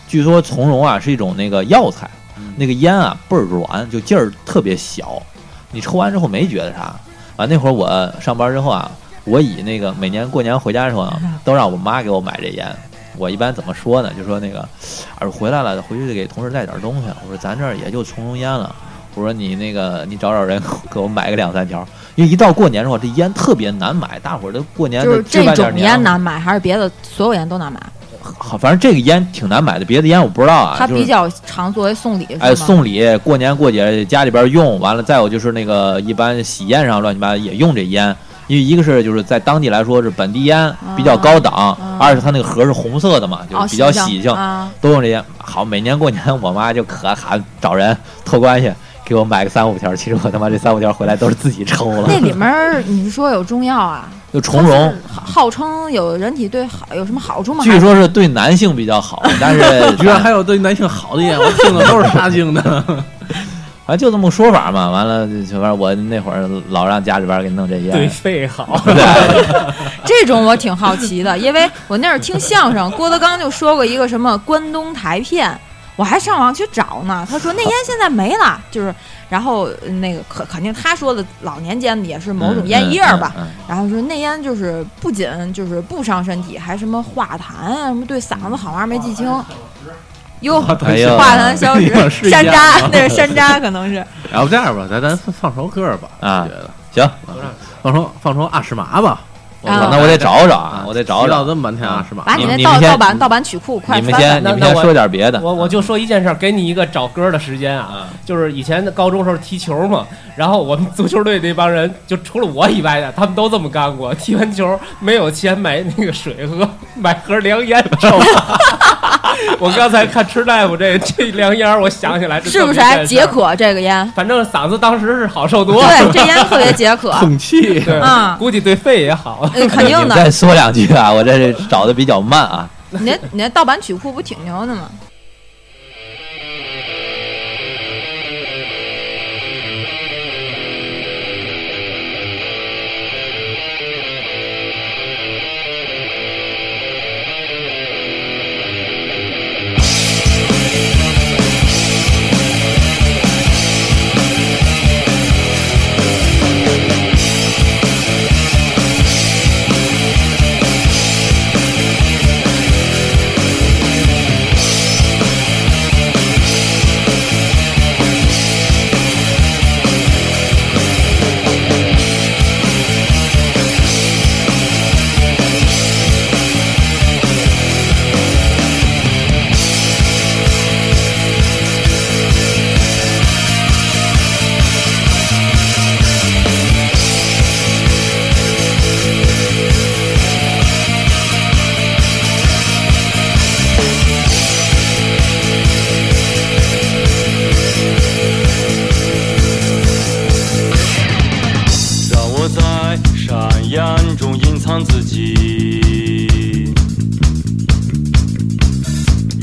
S1: 据说从容啊是一种那个药材，
S3: 嗯
S1: 那个烟啊倍儿软，就劲儿特别小，你抽完之后没觉得啥。啊，那会儿我上班之后啊，我以那个每年过年回家的时候 啊，都让我妈给我买这烟。我一般怎么说呢？就说那个，啊，回来了，回去得给同事带点东西。啊我说咱这儿也就从容烟了。我说你那个，你找找人给我 买个两三条，因为一到过年的话，这烟特别难买，大伙儿都过年
S3: 就是
S1: 都置
S3: 这
S1: 办点
S3: 种
S1: 年
S3: 烟
S1: 了
S3: 难买，还是别的所有烟都难买？
S1: 好，反正这个烟挺难买的，别的烟我不知道啊。
S3: 它
S1: 就是
S3: 比较常作为送礼是吗？
S1: 哎，送礼、过年过节家里边用完了，再有就是那个一般喜宴上乱七八糟也用这烟，因为一个是就是在当地来说是本地烟比较高档，
S3: 嗯
S1: 二是它那个盒是红色的嘛，就
S3: 啊哦
S1: 是比较
S3: 喜
S1: 喜庆，
S3: 啊。
S1: 都用这烟。好，每年过年我妈就可喊找人托关系给我买个三五条，其实我他妈这三五条回来都是自己抽了
S3: 那，里面儿你是说有中 药啊？
S1: 就从容。
S3: 它是号称有人体对好有什么好处吗？
S1: 据说是对男性比较好，但是
S2: 居然还有对男性好的烟，我听的都是杀精 的。
S1: 反正啊就这么说法嘛。完了，就反正我那会儿老让家里边给弄这烟，啊
S4: 肺好，
S3: 这种我挺好奇的，因为我那儿听相声，郭德纲就说过一个什么关东台片，我还上网去找呢。他说那烟现在没了，就是，然后那个可肯定他说的老年间也是某种烟叶儿吧。
S1: 嗯。嗯嗯嗯
S3: 然后说那烟就是不仅就是不伤身体，还什么化痰啊，什么对嗓子好玩儿没记清。哟，
S1: 哎呀
S3: 化痰消
S2: 哎呀
S3: 食，
S2: 是
S3: 山
S2: 烟
S3: 楂，那是山楂，可能是。
S2: 要不这样吧，咱咱放首歌吧，
S1: 啊
S2: 我觉得
S1: 行，
S2: 放首放首阿诗玛吧。我
S3: 啊
S1: 我嗯那我得找找啊，我得找
S2: 提到
S1: 找。
S2: 这么半天阿诗玛，
S3: 把你那
S1: 你
S3: 盗
S1: 们先
S3: 盗版盗版曲库快
S1: 你们
S3: 翻
S1: 先，
S3: 翻
S1: 你
S4: 那
S1: 们
S4: 那
S1: 先
S4: 我
S1: 说点别 的。
S4: 我我就说一件事儿，给你一个找歌的时间啊，就是以前的高中时候踢球嘛，然后我们足球队那帮人，就除了我以外的，他们都这么干过，踢完球没有钱买那个水喝， 买盒凉烟抽。 我刚才看吃大夫这这凉烟儿，我想起来这
S3: 是不是
S4: 这么一
S3: 还
S4: 件事
S3: 解
S4: 儿？
S3: 渴这个烟？
S4: 反正嗓子当时是好受多了，
S3: 对，这烟特别解渴，
S2: 空气
S4: 对
S3: 嗯
S4: 估计对肺也好。
S3: 呃 肯
S1: 你
S3: 定
S1: 们
S3: 的。
S1: 再说两句啊，我这找的比较慢啊。
S3: 你那你那盗版曲库不挺牛的吗？
S5: 让我在山岩中隐藏自己。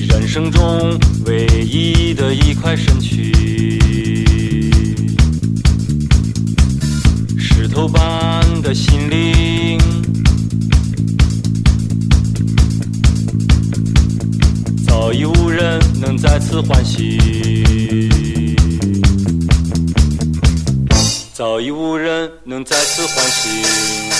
S5: 人生中唯一的一块身躯，石头般的心灵，早已无人能再次唤醒。早已无人能再次唤醒。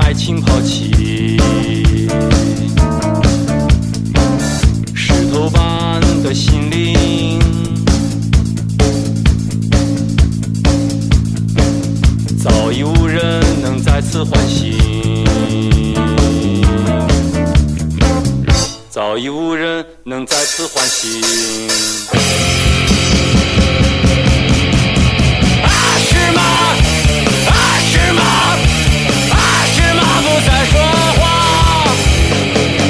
S5: 爱情抛弃。石头般的心灵，早已无人能再次唤醒，早已无人能再次唤醒。啊，是吗？啊，是吗？啊，是吗？不再说话。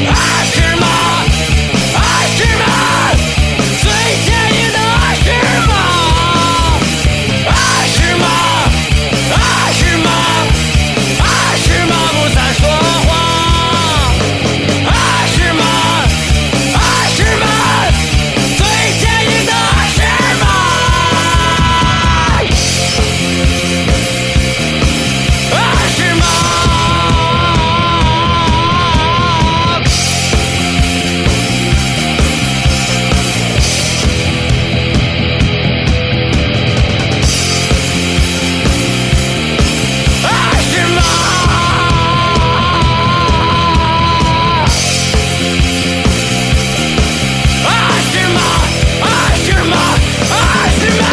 S5: 啊，是吗？啊，是吗？最坚硬的啊，是吗？啊，是吗？啊，是吗？啊，是吗？不再说话。啊，是吗？啊，是吗？最坚硬的啊，是吗？啊，是吗？啊，是吗？啊，是吗？啊，是吗？啊，是吗？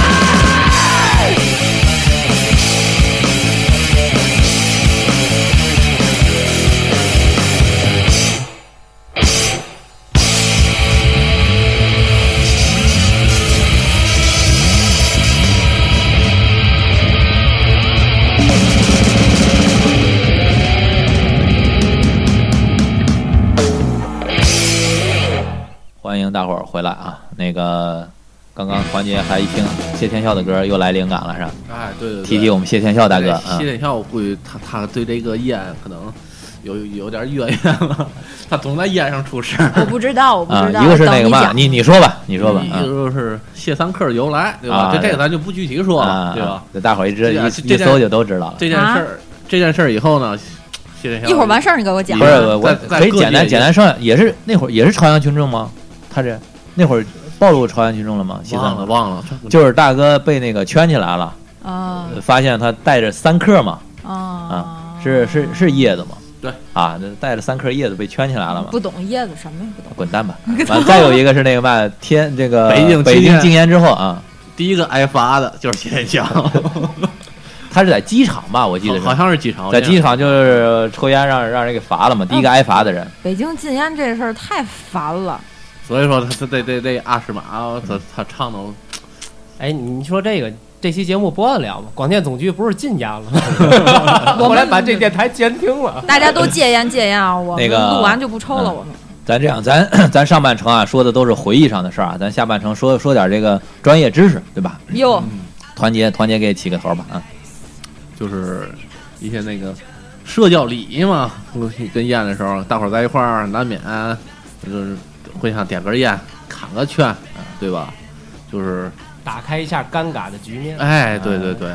S1: 欢迎大伙儿回来啊！那个刚刚环节还一听谢天笑的歌，又来灵感了是吧？
S2: 哎，对对对，
S1: 提提我们谢天笑大哥啊
S2: 谢，天笑估计他他对这个烟可能有有点怨言了，他总在烟上出事儿。
S3: 我不知道，我不
S1: 啊，
S3: 知道。
S1: 一个是那个嘛，
S3: 嘛，
S1: 你你说吧，你说吧
S2: 嗯一
S1: 啊
S2: 个就是谢三克的由来，对吧？
S1: 啊
S2: 这这个咱就不具体说
S1: 啊，
S2: 了，对吧？？
S1: 这大伙儿一知
S2: 对啊这
S1: 一一
S2: 这件
S1: 搜就都知道了。
S2: 这件事儿，这件事儿以后呢，谢天笑
S3: 一会儿完事儿你给我讲
S1: 不。是我，
S2: 在
S1: 我
S2: 在
S1: 可以
S2: 各
S1: 简单
S2: 地
S1: 简单上，也是那会儿也是朝阳群众吗？他这那会儿暴露朝阳群众了吗？谢三
S2: 忘了
S1: 哥，
S2: 忘了，
S1: 就是大哥被那个圈起来了，呃
S3: 啊
S1: 发现他带着三克嘛，
S3: 啊
S1: 是是是叶子嘛？
S2: 对
S1: 啊，那带着三克叶子被圈起来了嘛？
S3: 不懂叶子什么也不懂。
S1: 滚蛋吧！完，再有一个是那个嘛，天这个
S2: 北京
S1: 北
S2: 禁
S1: 京
S2: 烟
S1: 禁烟之后啊，
S2: 第一个挨罚的就是谢天笑，
S1: 他是在机场吧？ 我记得是
S2: 好像是机场，
S1: 在机场就是抽烟让让人给罚了嘛，第一个挨罚的人。
S3: 北京禁烟这事儿太烦了，
S2: 所以说他他这这这阿诗玛，他他唱的
S4: 哎，你说这个这期节目播得了吗？广电总局不是禁烟了 吗？ 后来把这电台监听了。
S3: 大家都戒烟戒烟啊！我们
S1: 那个
S3: 录完就不抽了，
S1: 嗯
S3: 我们
S1: 咱这样，咱 咱上半程啊说的都是回忆上的事儿啊，咱下半程说说点这个专业知识，对吧？
S3: 哟
S1: 团结团结，给起个头吧啊！
S2: 就是一些那个社交礼仪嘛。跟宴的时候，大伙儿在一块儿，难免就是会想点根烟，砍个圈，啊对吧？就是
S4: 打开一下尴尬的局面。
S2: 哎，对对对，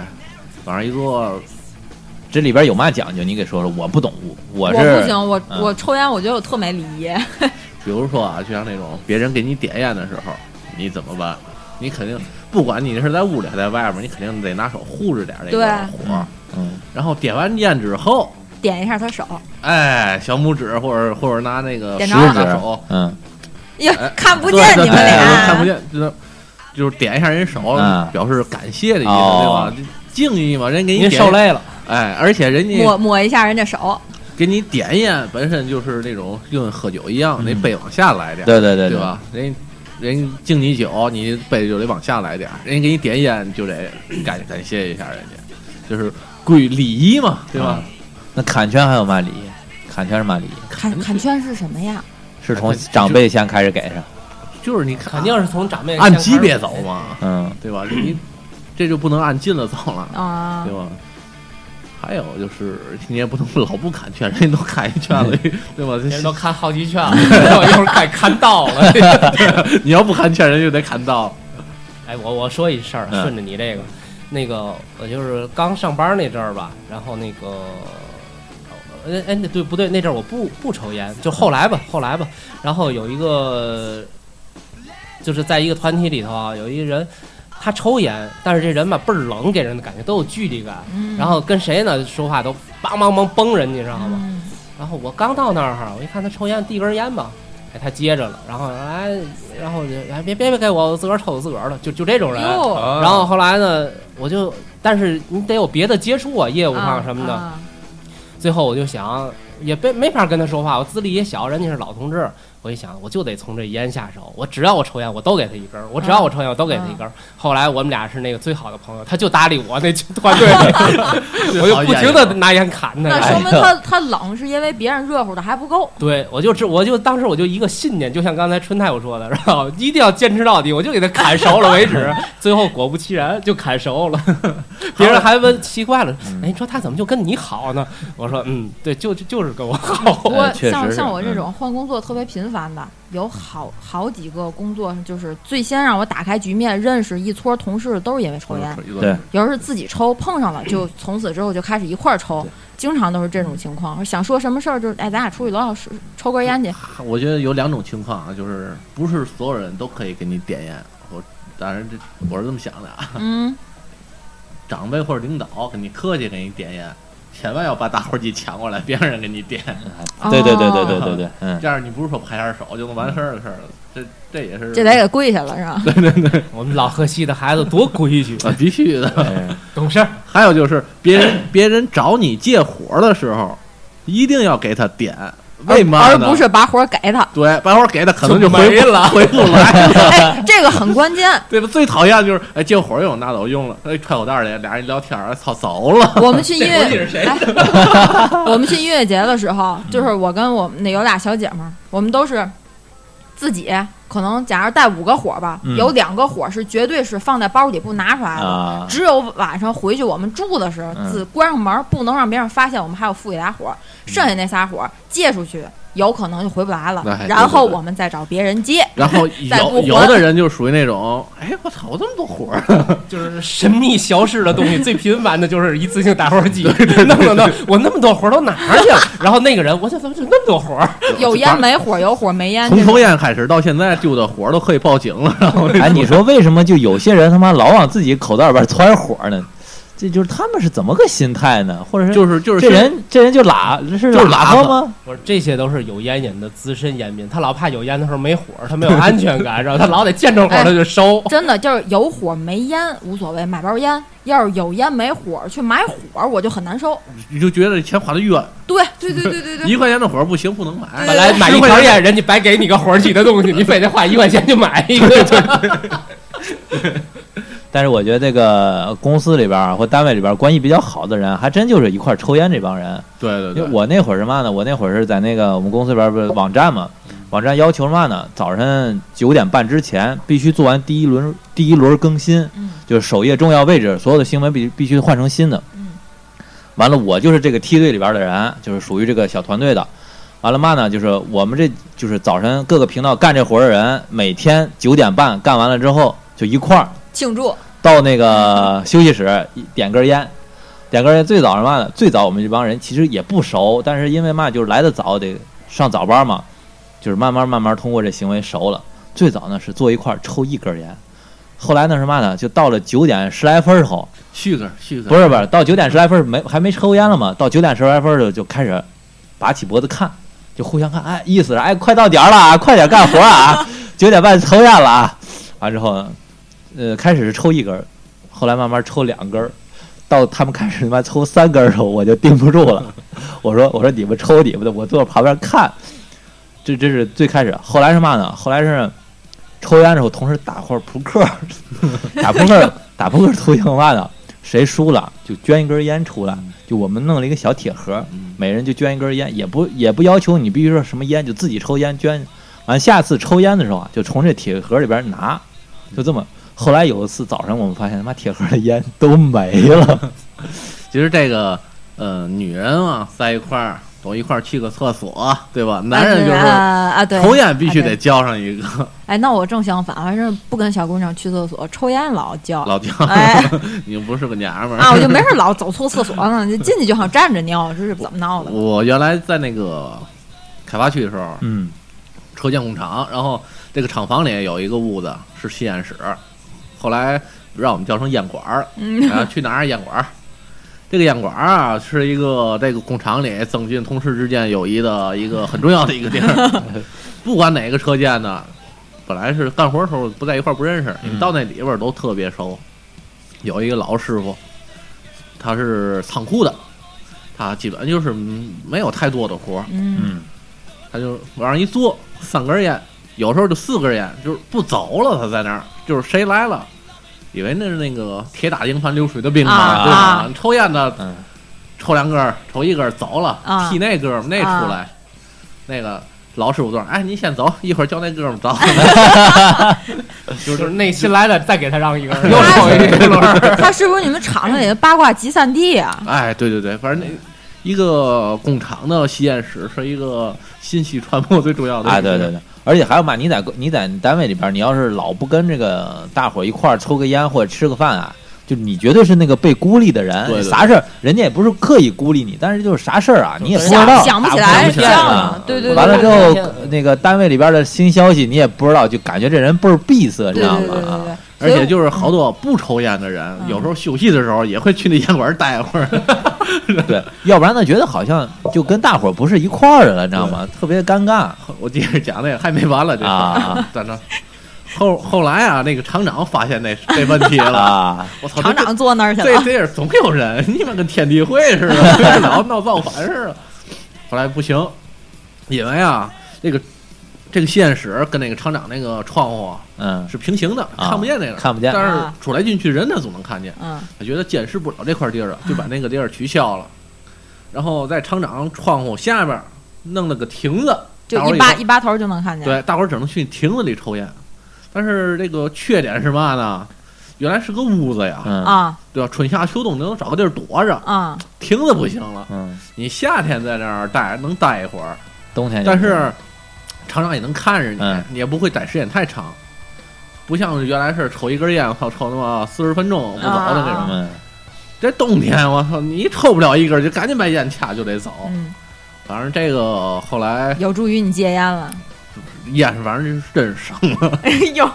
S2: 往上一坐，
S1: 这里边有嘛讲究？你给说说，我不懂，我
S3: 我
S1: 我
S3: 不
S1: 是
S3: 行，我
S1: 嗯
S3: 我抽烟，我觉得我特没礼仪。
S2: 比如说啊，就像那种别人给你点烟的时候，你怎么办？你肯定不管你是在屋里还是在外面，你肯定得拿手护着点这
S3: 对
S2: 个火。
S1: 嗯
S2: 然后点完烟之后，
S3: 点一下他手，
S2: 哎，小拇指或者或者拿那个
S3: 点
S1: 食
S3: 着了
S2: 拿
S1: 指
S2: 手，
S1: 嗯
S3: 哟
S2: 哎，
S3: 看不
S2: 对
S3: 见
S2: 对
S3: 你们
S2: 对
S3: 俩，
S2: 看不。见，就是就是点一下人手
S1: 嗯，
S2: 表示感谢的意思，对
S1: 哦
S2: 吧？敬意嘛，人给你
S4: 您
S2: 点
S4: 受，累了，
S2: 哎，而且人
S3: 抹
S2: 家
S3: 抹一下人家手，
S2: 给你点烟，本身就是那种就跟喝酒一样，那
S1: 嗯
S2: 杯往下来点，
S1: 对对对
S2: 对？吧？人人敬你酒，你杯就得往下来点儿，人家给你点烟就得感感谢一下人家，就是归礼仪嘛，对吧？
S1: 那砍圈还有嘛礼？砍圈是嘛礼？
S3: 砍砍圈是什么呀？
S1: 是从
S2: 砍圈
S1: 长辈先开始给上，
S2: 就是你
S4: 肯
S2: 肯
S4: 定是从长辈
S2: 按
S4: 先开始
S2: 级别走嘛，
S1: 嗯
S2: 对吧？你 这就不能按近了走了。
S3: 啊
S2: 对，吧？还有就是，你也不能老不砍圈，人家都砍一圈了， 对吧？
S4: 别人都看好奇 圈了，我一会儿该看到了。
S2: 你要不砍圈，人家就得砍刀。
S4: 哎，我我说一事儿，
S1: 嗯
S4: 顺着你这个，那个我就是刚上班那阵儿吧，然后那个，哎哎，那对不对？那阵儿我不不抽烟，就后来
S2: 嗯
S4: 吧，后来吧。然后有一个，就是在一个团体里头啊，有一个人，他抽烟，但是这人吧倍儿冷，给人的感觉都有距离感。
S3: 嗯
S4: 然后跟谁呢说话都梆梆梆崩人，你知道吗？
S3: 嗯
S4: 然后我刚到那儿哈，我一看他抽烟，递根烟吧，哎，他接着了，然后哎，然后我就哎别别别给我，我自个儿抽我自个儿的，就就这种人。
S1: 哦
S3: 哟，
S2: 啊
S4: 然后后来呢，我就但是你得有别的接触啊，业务上什么的。
S3: 啊
S4: 最后我就想，也没没法跟他说话，我资历也小，人家是老同志，我一想，我就得从这烟下手。我只要我抽烟，我都给他一根儿；我只要我抽烟，我都给他一
S3: 啊
S4: 根儿。后来我们俩是那个最好的朋友，他就搭理我那团队， 我就不停的拿烟砍他。
S3: 啊那
S4: 哎
S3: 说明他他冷是因为别人热乎的还不够。
S4: 对，我就知，我就当时我就一个信念，就像刚才春太我说的，然后 一定要坚持到底，我就给他砍熟了为止。最后果不其然就砍熟了， 别人还问奇怪了，哎，你说他怎么就跟你好呢？我说，嗯，对，就就就是跟我好。
S3: 我
S1: 哎确实
S3: 像
S1: 是
S3: 像我这
S1: 嗯
S3: 种换工作特别频繁的，有好好几个工作，就是最先让我打开局面，认识一撮同事，都是因为抽烟。
S1: 对
S3: 有时候是自己抽，碰上了就从此之后就开始一块儿抽，经常都是这种情况。想说什么事儿就是，哎，咱俩出去楼下抽抽 根烟去。
S2: 我觉得有两种情况啊，就是不是所有人都可以给你点烟。我当然这我是这么想的啊，
S3: 嗯，
S2: 长辈或者领导给你客气给你点烟，千万要把打火机抢过来，别 让人给你点，
S1: 对对对对
S3: 哦
S1: 对对对，嗯，
S2: 这样你不是说拍下手就能完事儿的事儿了。这这也是
S3: 这得给跪下了是吧？
S4: 我们老河西的孩子多规矩，
S2: 啊必须的。
S1: 哎
S4: 懂事儿。
S2: 还有就是别人别人找你借火的时候，一定要给他点，为嘛
S3: 而
S2: 呢？
S3: 不是把火 给他，
S2: 对，把火给他，可能就
S4: 就
S2: 回
S4: 没
S2: 不
S4: 了
S2: 回不来了。
S3: 哎，这个很关键。
S2: 对吧？最讨厌就是哎，借火用拿走用了，哎，揣口袋里，俩人一聊天儿，哎操，走 了。
S3: 我们去音
S2: 这
S3: 乐
S2: 是，谁
S3: 哎 我们去音乐节的时候，就是我跟我们那有俩小姐们儿，我们都是自己，可能假如带五个火吧，
S1: 嗯
S3: 有两个火是绝对是放在包里不拿出来的，
S1: 啊，
S3: 只有晚上回去我们住的时候，
S1: 嗯
S3: 自关上门儿，不能让别人发现我们还有富裕俩火，剩下那仨火借出去，有可能就回不来了
S2: 嗯那还。
S3: 然后
S2: 对对对
S3: 我们再找别人借。
S2: 然后
S3: 再不
S2: 有
S3: 还
S2: 有的人就属于那种，哎，我操，我这么多火儿，啊
S4: 就是神秘消逝的东西，最频繁的就是一次性打火机，弄弄弄，我那么多活儿都哪儿去了？然后那个人，我想怎么就那么多活儿？
S3: 有烟没火，有火没烟。
S2: 从
S3: 这
S2: 抽
S3: 种
S2: 烟开始到现在丢的火儿都可以报警了。然后
S1: 哎，你说为什么就有些人他妈老往自己口袋里边揣火呢？这就是他们是怎么个心态呢？或者是
S2: 就是就是
S1: 这人这人就懒，是
S2: 就是
S1: 懒
S2: 懒
S1: 惰
S2: 子
S1: 吗？
S4: 我说这些都是有烟瘾的资深烟民，他老怕有烟的时候没火儿，他没有安全感，然后他老得见着火儿他就收。
S3: 真的就是有火没烟无所谓，买包烟。要是有烟没火，去买火我就很难受。
S2: 你就觉得钱花的冤，
S3: 对对对对对对，
S2: 一块钱的火儿不行，不能买。
S4: 本来买一条烟，人家白给你个火儿起的东西，你非得花一块钱就买一个。
S1: 但是我觉得这个公司里边儿啊或单位里边儿关系比较好的人，还真就是一块儿抽烟这帮人。
S2: 对对
S1: 因
S2: 对，
S1: 为我那会儿是嘛呢？我那会儿是在那个我们公司里边儿不是网站嘛，网站要求什么呢？早晨九点半之前必须做完第一轮第一轮更新，
S3: 嗯
S1: 就是首页重要位置所有的新闻必必须换成新的。
S3: 嗯
S1: 完了，我就是这个梯队里边儿的人，就是属于这个小团队的。完了嘛呢？就是我们这就是早晨各个频道干这活儿的人，每天九点半干完了之后就一块儿
S3: 庆祝
S1: 到那个休息室一点根烟，点根烟。最早是嘛呢？最早我们这帮人其实也不熟，但是因为嘛，就是来的早，得上早班嘛，就是慢慢慢慢通过这行为熟了。最早呢是坐一块儿抽一根烟，后来呢是嘛呢？就到了九点十来分儿后，
S2: 续个续个，
S1: 不是不是，到九点十来分儿没还没抽烟了嘛，到九点十来分儿就就开始拔起脖子看，就互相看，哎，意思是哎，快到点儿了啊，快点干活啊，九点半抽烟了啊，完之后，呃，开始是抽一根儿，后来慢慢抽两根儿，到他们开始他妈抽三根儿的时候，我就盯不住了，我说我说你们抽你们的，我坐旁边看，这这是最开始，后来是嘛呢？后来是。抽烟的时候，同时打会儿扑克儿， 打扑克儿，打扑克儿图赢嘛的，谁输了就捐一根烟出来，就我们弄了一个小铁盒，
S2: 嗯
S1: 每人就捐一根烟，也不也不要求你必须说什么烟，就自己抽烟捐。完，下次抽烟的时候啊，就从这铁盒里边拿，就这么。后来有一次早上，我们发现他妈铁盒的烟都没了，
S2: 其实这个呃，女人啊在一块儿，都一块儿去个厕所，对吧？男人就
S3: 啊
S2: 是
S3: 对啊，对，
S2: 抽烟必须
S3: 啊对
S2: 得交上一个
S3: 哎，那我正相反，反正不跟小姑娘去厕所，抽烟老叫。
S2: 老交，
S3: 哎
S2: 你又不是个娘们
S3: 啊，我
S2: 儿。
S3: 就没事老走错厕所呢，就进去就想站着尿，这是怎 么闹的？
S2: 我原来在那个开发区的时候，
S1: 嗯，
S2: 车间工厂，然后这个厂房里有一个屋子是吸烟室，后来让我们叫成烟管儿了。然后去哪儿烟管儿？这个烟管儿啊，是一个这个工厂里增进同事之间友谊的一个很重要的一个地儿。不管哪个车间呢，本来是干活的时候不在一块儿不认识，
S1: 嗯
S2: 你到那里边儿都特别熟。有一个老师傅，他是仓库的，他基本就是嗯没有太多的活儿，
S3: 嗯
S1: 嗯
S2: 他就往上一坐，三根烟，有时候就四根烟，就是不走了。他在那儿，就是谁来了，以为那是那个铁打营盘流水的兵嘛，
S3: 啊
S2: 对吧？
S3: 啊
S2: 你抽烟的
S1: 嗯
S2: 抽两根儿，抽一根儿走了，
S3: 啊
S2: 替那哥们儿那出来，那个老师傅说：“哎，您先走，一会儿叫那哥们 儿走。
S4: 就是那新来的再给他让一根儿，又
S3: 他
S4: 抽一
S3: 是
S4: 轮儿。
S3: 他是不是你们厂子里的八卦集散地啊？”
S2: 哎，对对对，反正那。一个工厂的吸烟室是一个信息传播最重要的
S1: 啊，对对对，而且还有嘛，你在你在单位里边儿，你要是老不跟这个大伙儿一块儿抽个烟或者吃个饭啊，就你绝对是那个被孤立的人，
S2: 对对对
S1: 啥事儿人家也不是刻意孤立你，但是就是啥事儿啊，你也不知
S3: 想
S1: 道，
S3: 想不起
S1: 打
S3: 来，
S1: 不
S3: 这
S1: 起来
S3: 样
S1: 啊
S3: 的，对对对，
S1: 完了之
S4: 对
S1: 后
S4: 对，
S1: 那个单位里边的新消息你也不知道，就感觉这人倍儿闭塞，你
S3: 对
S1: 知
S3: 对
S1: 道
S3: 对
S1: 吗？
S3: 对
S1: 啊
S3: 对，
S2: 而
S3: 所
S2: 且
S3: 以
S2: 就是好多不抽烟的人，
S3: 嗯
S2: 有时候休息的时候也会去那烟馆待 会儿。
S1: 对，要不然呢，觉得好像就跟大伙儿不是一块儿的了，你知道吗？特别尴尬
S2: 我接着讲那个还没完了，这事儿
S1: 啊，
S2: 在那后后来啊，那个厂长发现那这问题 了，
S1: 啊！
S2: 我操，
S3: 厂长坐那儿去
S2: 这这
S3: 了，
S2: 这也总有人，你们跟天地会似的，老闹造反似的。后来不行，因为啊，这个这个吸烟室跟那个厂长那个窗户啊
S1: 嗯，
S2: 是平行的，
S1: 啊
S2: 看不见那个，
S1: 看不见
S2: 但是
S3: 啊
S2: 出来进去人他总能看见。
S3: 嗯
S2: 他觉得监视不了这块地儿了，就把那个地儿取消了，然后在厂长窗户下边儿弄了个亭子，
S3: 就
S2: 大伙儿
S3: 一
S2: 以后
S3: 扒一扒头就能看见，
S2: 对，大伙儿只能去亭子里抽烟。但是这个缺点是嘛呢？原来是个屋子呀，
S1: 嗯
S3: 啊
S2: 对吧？春夏秋冬能找个地儿躲着，
S3: 啊，
S2: 亭子不行了。
S1: 嗯，
S2: 你夏天在那儿待能待一会儿，
S1: 冬天就
S2: 但是厂长也能看着你，
S1: 哎嗯
S2: 你也不会待时间太长，不像原来是抽一根烟，我操，抽他妈四十分钟不走的那种。
S3: 啊
S1: 嗯
S2: 这冬天我操，你抽不了一根儿就赶紧把烟掐就得走。
S3: 嗯，
S2: 反正这个后来
S3: 有助于你戒烟了，
S2: 烟是反正就是真是省了，
S3: 哎呦，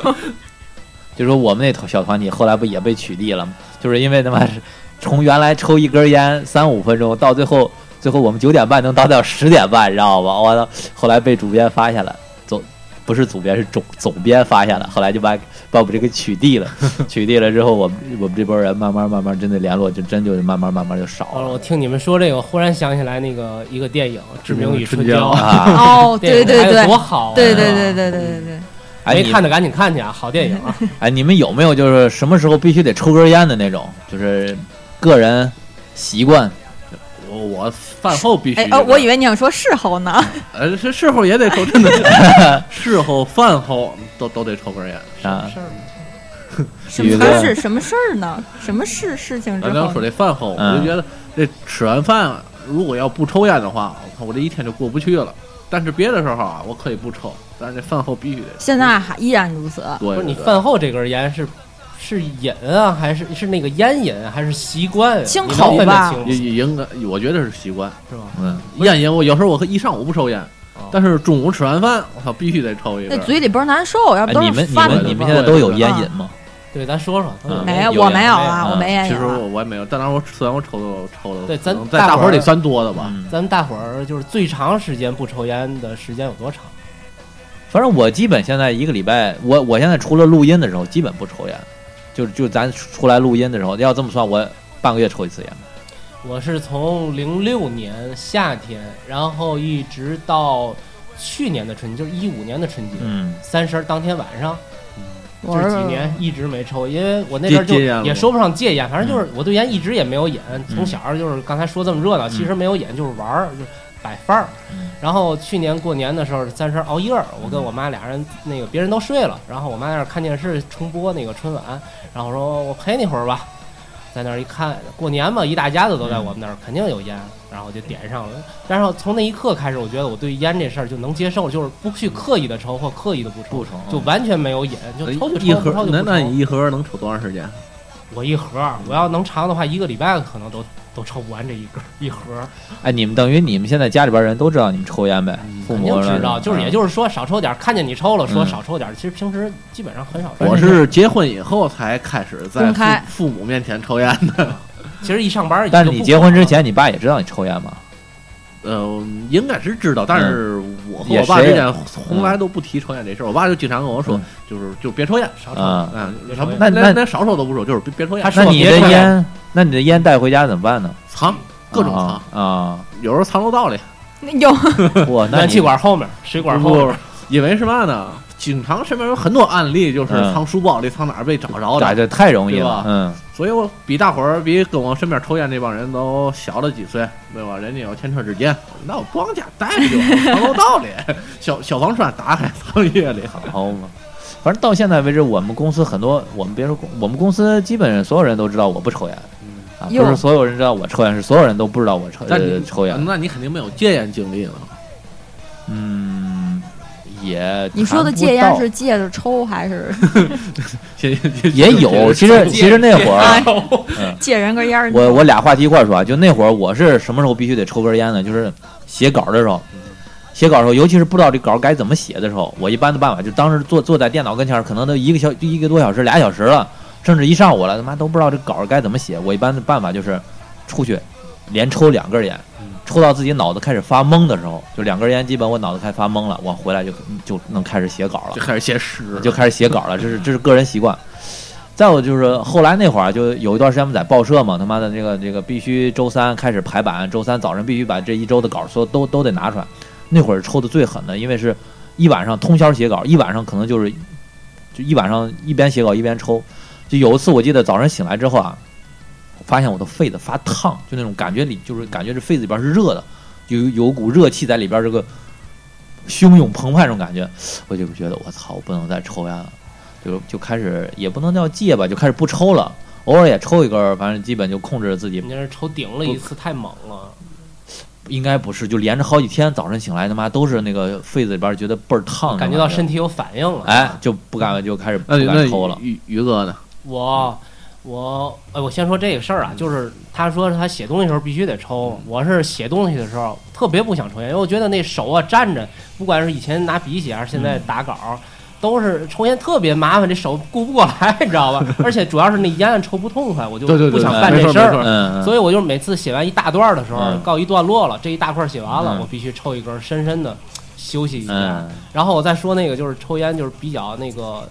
S1: 就说我们那头小团体后来不也被取缔了吗？就是因为他妈是从原来抽一根烟三五分钟，到最后最后我们九点半能到到十点半，你知道吧？我操！后来被主编发现了，总不是主编是总总编发现了，后来就把把我们这个取缔了。取缔了之后，我们我们这波人慢慢慢慢真的联络就真就慢慢慢慢就少
S4: 完了，哦我
S1: 了
S4: 听你们说这个，我忽然想起来那个一个电影《致命与春娇》
S1: 啊！
S3: 哦，
S4: 电
S3: 对
S4: 影
S3: 对
S4: 拍得
S3: 对
S4: 多。好啊！
S3: 对对对对对对对，
S1: 哎，
S4: 没
S1: 你
S4: 看的赶紧看去啊，好电影啊！
S1: 哎，你们有没有就是什么时候必须得抽根烟的那种？就是个人习惯
S2: 我我饭后必须
S3: 哎哦，我以
S2: 为
S3: 为你想说事后呢，
S2: 呃是事后也得抽，真的，事后饭后都都得抽根烟。
S1: 啊？
S3: 什么
S1: 有的
S3: 事什么事儿呢？什么事事情之
S2: 咱刚
S3: 后
S2: 说？这饭后，
S1: 嗯
S2: 我就觉得这吃完饭如果要不抽烟的话，我操，我这一天就过不去了。但是别的时候啊，我可以不抽，但是这饭后必须得抽。
S3: 现在还依然如此。
S4: 不
S2: 对，
S4: 是你
S2: 对
S4: 饭后这根烟是是瘾啊，还是是那个烟瘾，还是习惯啊？
S3: 清
S4: 你能
S3: 口
S4: 分
S3: 吧
S4: 得清
S2: 也
S4: 吗
S2: 也应该，我觉得是习惯。
S4: 是吧？
S1: 嗯，
S2: 烟瘾，我有时候我可一上午不抽烟
S4: 哦，
S2: 但是中午吃完饭，我操，必须得抽一
S3: 那
S2: 根。
S3: 嘴里倍儿难受，要
S1: 哎
S3: 不都
S1: 你
S3: 是
S1: 们你
S3: 饭
S1: 们
S2: 的
S1: 你们
S2: 嘛
S1: 现在都有烟
S3: 啊
S1: 瘾吗？
S4: 对，咱说说。
S1: 嗯
S3: 没
S1: 有烟
S3: 我没有
S4: 没有
S3: 啊，我
S1: 嗯
S3: 没烟
S2: 其
S3: 瘾
S2: 实
S3: 了。
S2: 我我也没有，但当时我虽然我抽的抽的，
S4: 对咱
S2: 可能在
S4: 大
S2: 大
S4: 伙
S2: 伙
S4: 儿
S2: 儿里算多的吧。
S1: 嗯，
S4: 咱们大伙儿就是最长时间不抽烟的时间有多长？
S1: 反正我基本现在一个礼拜，我我现在除了录音的时候，基本不抽烟，就就咱出来录音的时候，要这么算，我半个月抽一次烟。
S4: 我是从零六年夏天，然后一直到去年的春节，就是一五年的春节，
S1: 嗯，
S4: 三十儿当天晚上，
S3: 我
S4: 这
S3: 是
S4: 几年一直没抽，因为我那阵儿就
S2: 戒戒烟了吗嗯
S4: 也说不上戒烟，反正就是我对烟一直也没有瘾。从小儿就是刚才说这么热闹，
S1: 嗯
S4: 其实没有瘾，就是玩儿，就是摆范儿
S1: 嗯。
S4: 然后去年过年的时候，三十儿熬夜儿，我跟我妈俩人那个别人都睡了，然后我妈在那儿看电视重播那个春晚，然后我说我陪你会儿吧，在那儿一看过年嘛，一大家子都在我们那
S2: 嗯
S4: 儿，肯定有烟，然后我就点上了。但是从那一刻开始，我觉得我对烟这事儿就能接受，就是不
S2: 嗯
S4: 去刻意的抽或刻意的不抽，
S1: 不抽
S4: 就完全没有瘾，就抽
S2: 呃
S4: 就抽，
S2: 一
S4: 不抽
S2: 盒，
S4: 就
S2: 那
S4: 不
S2: 那
S4: 抽。
S2: 你一盒能抽多长时间？
S4: 我一盒儿，我要能长的话，一个礼拜可能都都抽不完这一根儿一盒儿，
S1: 哎，你们等于你们现在家里边人都知道你们抽烟呗，父
S4: 肯
S1: 母
S4: 定知道。
S1: 嗯
S4: 就是也就是说少抽点儿，看见你抽了说
S1: 嗯
S4: 少抽点儿，其实平时基本上很少抽。
S2: 我是结婚以后才开始在
S3: 公开
S2: 父父母面前抽烟的，
S4: 其实一上班，
S1: 但是你结婚之，前，你爸也知道你抽烟吗？
S2: 呃，应该是知道，但嗯是我和
S1: 也
S2: 我爸
S1: 谁
S2: 之
S1: 也
S2: 间从来都不提抽烟这事儿，我爸就经常跟我说
S1: 嗯，
S2: 就是就别抽烟，
S4: 少抽
S1: 啊、
S2: 嗯，
S4: 别
S2: 他不
S4: 抽烟
S1: 那那
S2: 连连少抽都不说，就是别别抽烟
S4: 他，
S1: 那
S4: 说
S1: 你
S4: 别
S1: 的
S4: 抽烟
S1: 烟，那你的烟带回家怎么办呢？
S2: 藏各种藏
S1: 啊，啊！
S2: 有时候藏楼道里，
S3: 那 有
S1: 哇， 那
S4: 燃
S1: 你
S4: 气管后面、水管后
S2: 不
S4: 面，，
S2: 因为什么呢？经常身边有很多案例，就是
S1: 嗯
S2: 藏书包里、藏哪儿被找着
S1: 咋
S2: 的，
S1: 这太容易
S2: 对
S1: 了
S2: 吧？
S1: 嗯
S2: 所以我比大伙儿比跟我身边抽烟这帮人都小了几岁，对吧？人家有前车之鉴，那我不往家带着就好，藏楼道里，小小房栓打开藏夜里。
S1: 好嘛，反正到现在为止，我们公司很多，我们别说公，我们公司基本上所有人都知道我不抽烟，啊，不
S3: 哟
S1: 是所有人知道我抽烟，是所有人都不知道我抽
S2: 但
S1: 呃
S2: 你
S1: 抽烟。
S2: 那你肯定没有戒烟经历了。
S1: 嗯，也
S3: 你说的
S1: 谈不
S3: 戒烟
S1: 到
S3: 是戒着抽还是
S2: 戒
S1: 也有，其实其实那会 儿
S3: 戒人根烟儿呢？
S1: 我我俩话题一块儿说啊，就那会儿我是什么时候必须得抽根烟呢？就是写稿的时候，写稿的时候，尤其是不知道这稿该怎么写的时候，我一般的办法就当时坐坐在电脑跟前儿，可能都一个小一个多小时、俩小时了，甚至一上午了，他妈都不知道这稿该怎么写。我一般的办法就是出去连抽两根烟，抽到自己脑子开始发懵的时候，就两根烟，基本我脑子开始发懵了，我回来就就能开始写稿了
S2: 就。开始写诗，
S1: 就开始写稿了，这是这是个人习惯。再有就是后来那会儿啊就有一段时间我们在报社嘛，他妈的这个这个必须周三开始排版，周三早晨必须把这一周的稿所有都都得拿出来。那会儿抽的最狠的，因为是一晚上通宵写稿，一晚上可能就是就一晚上一边写稿一边抽。就有一次我记得早晨醒来之后啊，发现我的肺子发烫，就那种感觉里就是感觉这肺子里边是热的，有有股热气在里边这个汹涌澎湃这种感觉。我就觉得我操，我不能再抽烟了，就就开始也不能叫戒吧，就开始不抽了，偶尔也抽一根儿，反正基本就控制自己
S4: 你。这是抽顶了一次，太猛了。
S1: 应该不是，就连着好几天，早晨醒来他妈都是那个肺子里边儿觉得倍儿烫，
S4: 感觉到身体有反应了。啊
S1: 哎，就不敢就开始不
S2: 那你那
S1: 敢抽了。
S2: 于于哥呢？
S4: 我我哎，我先说这个事
S2: 嗯
S4: 儿啊，就是他说他写东西的时候必须得抽，我是写东西的时候特别不想抽烟，因为我觉得那手啊站着，不管是以前拿笔写还是现
S2: 嗯
S4: 在打稿。都是抽烟特别麻烦，这手顾不过来，你知道吧？而且主要是那烟抽不痛快，我就
S2: 对对对
S4: 不想
S2: 对
S4: 干
S2: 没
S4: 这
S2: 错
S4: 事
S2: 没
S4: 儿
S2: 错。
S1: 嗯，嗯
S4: 所以我就是每次写完一大段的时候，
S1: 嗯
S4: 告一段落了，这一大块写完了，
S1: 嗯
S4: 我必须抽一根，深深的休息一下。
S1: 嗯，
S4: 然后我再说那个，就是抽烟，就是比较那个，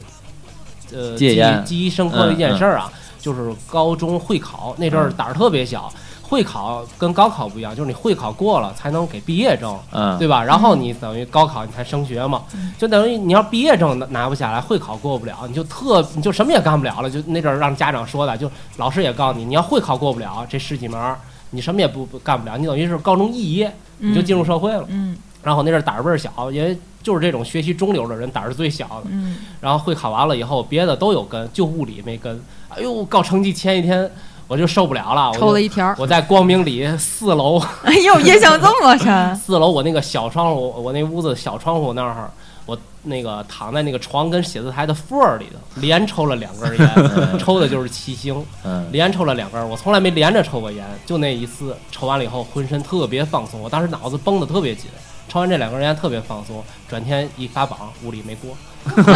S4: 呃，
S1: 戒
S4: 记
S1: 烟嗯
S4: 忆记忆深刻的一件事儿啊，就是高中会考那阵儿胆儿特别小，会考跟高考不一样，就是你会考过了才能给毕业证。
S1: 嗯，
S4: 对吧？然后你等于高考你才升学嘛，就等于你要毕业证拿拿不下来，会考过不了，你就特你就什么也干不了了。就那阵儿让家长说的，就老师也告诉你，你要会考过不了这十几门儿，你什么也不不干不了，你等于是高中肄业，你就进入社会了。
S3: 嗯
S4: 然后那阵儿胆儿倍儿小，因为就是这种学习中流的人胆儿是最小的。
S3: 嗯
S4: 然后会考完了以后，别的都有跟，就物理没跟。哎呦，告成绩前一天我就受不了啊了，我
S3: 嗯，
S4: 就
S3: 抽了一条儿。
S4: 我在光明里四楼
S3: 哎呦，印象这么
S4: ，
S3: 深
S4: 四楼我那个小窗户，我那屋子小窗户那儿，我那个躺在那个床跟写字台的缝儿里头，连抽了两根 烟，抽的就是七星，
S1: 嗯，
S4: 连抽了两根儿，我从来没连着抽过烟，就那一次抽完了以后，浑身特别放松，我当时脑子绷得特别紧，抽完这两根烟特别放松，转天一发榜，物理没过，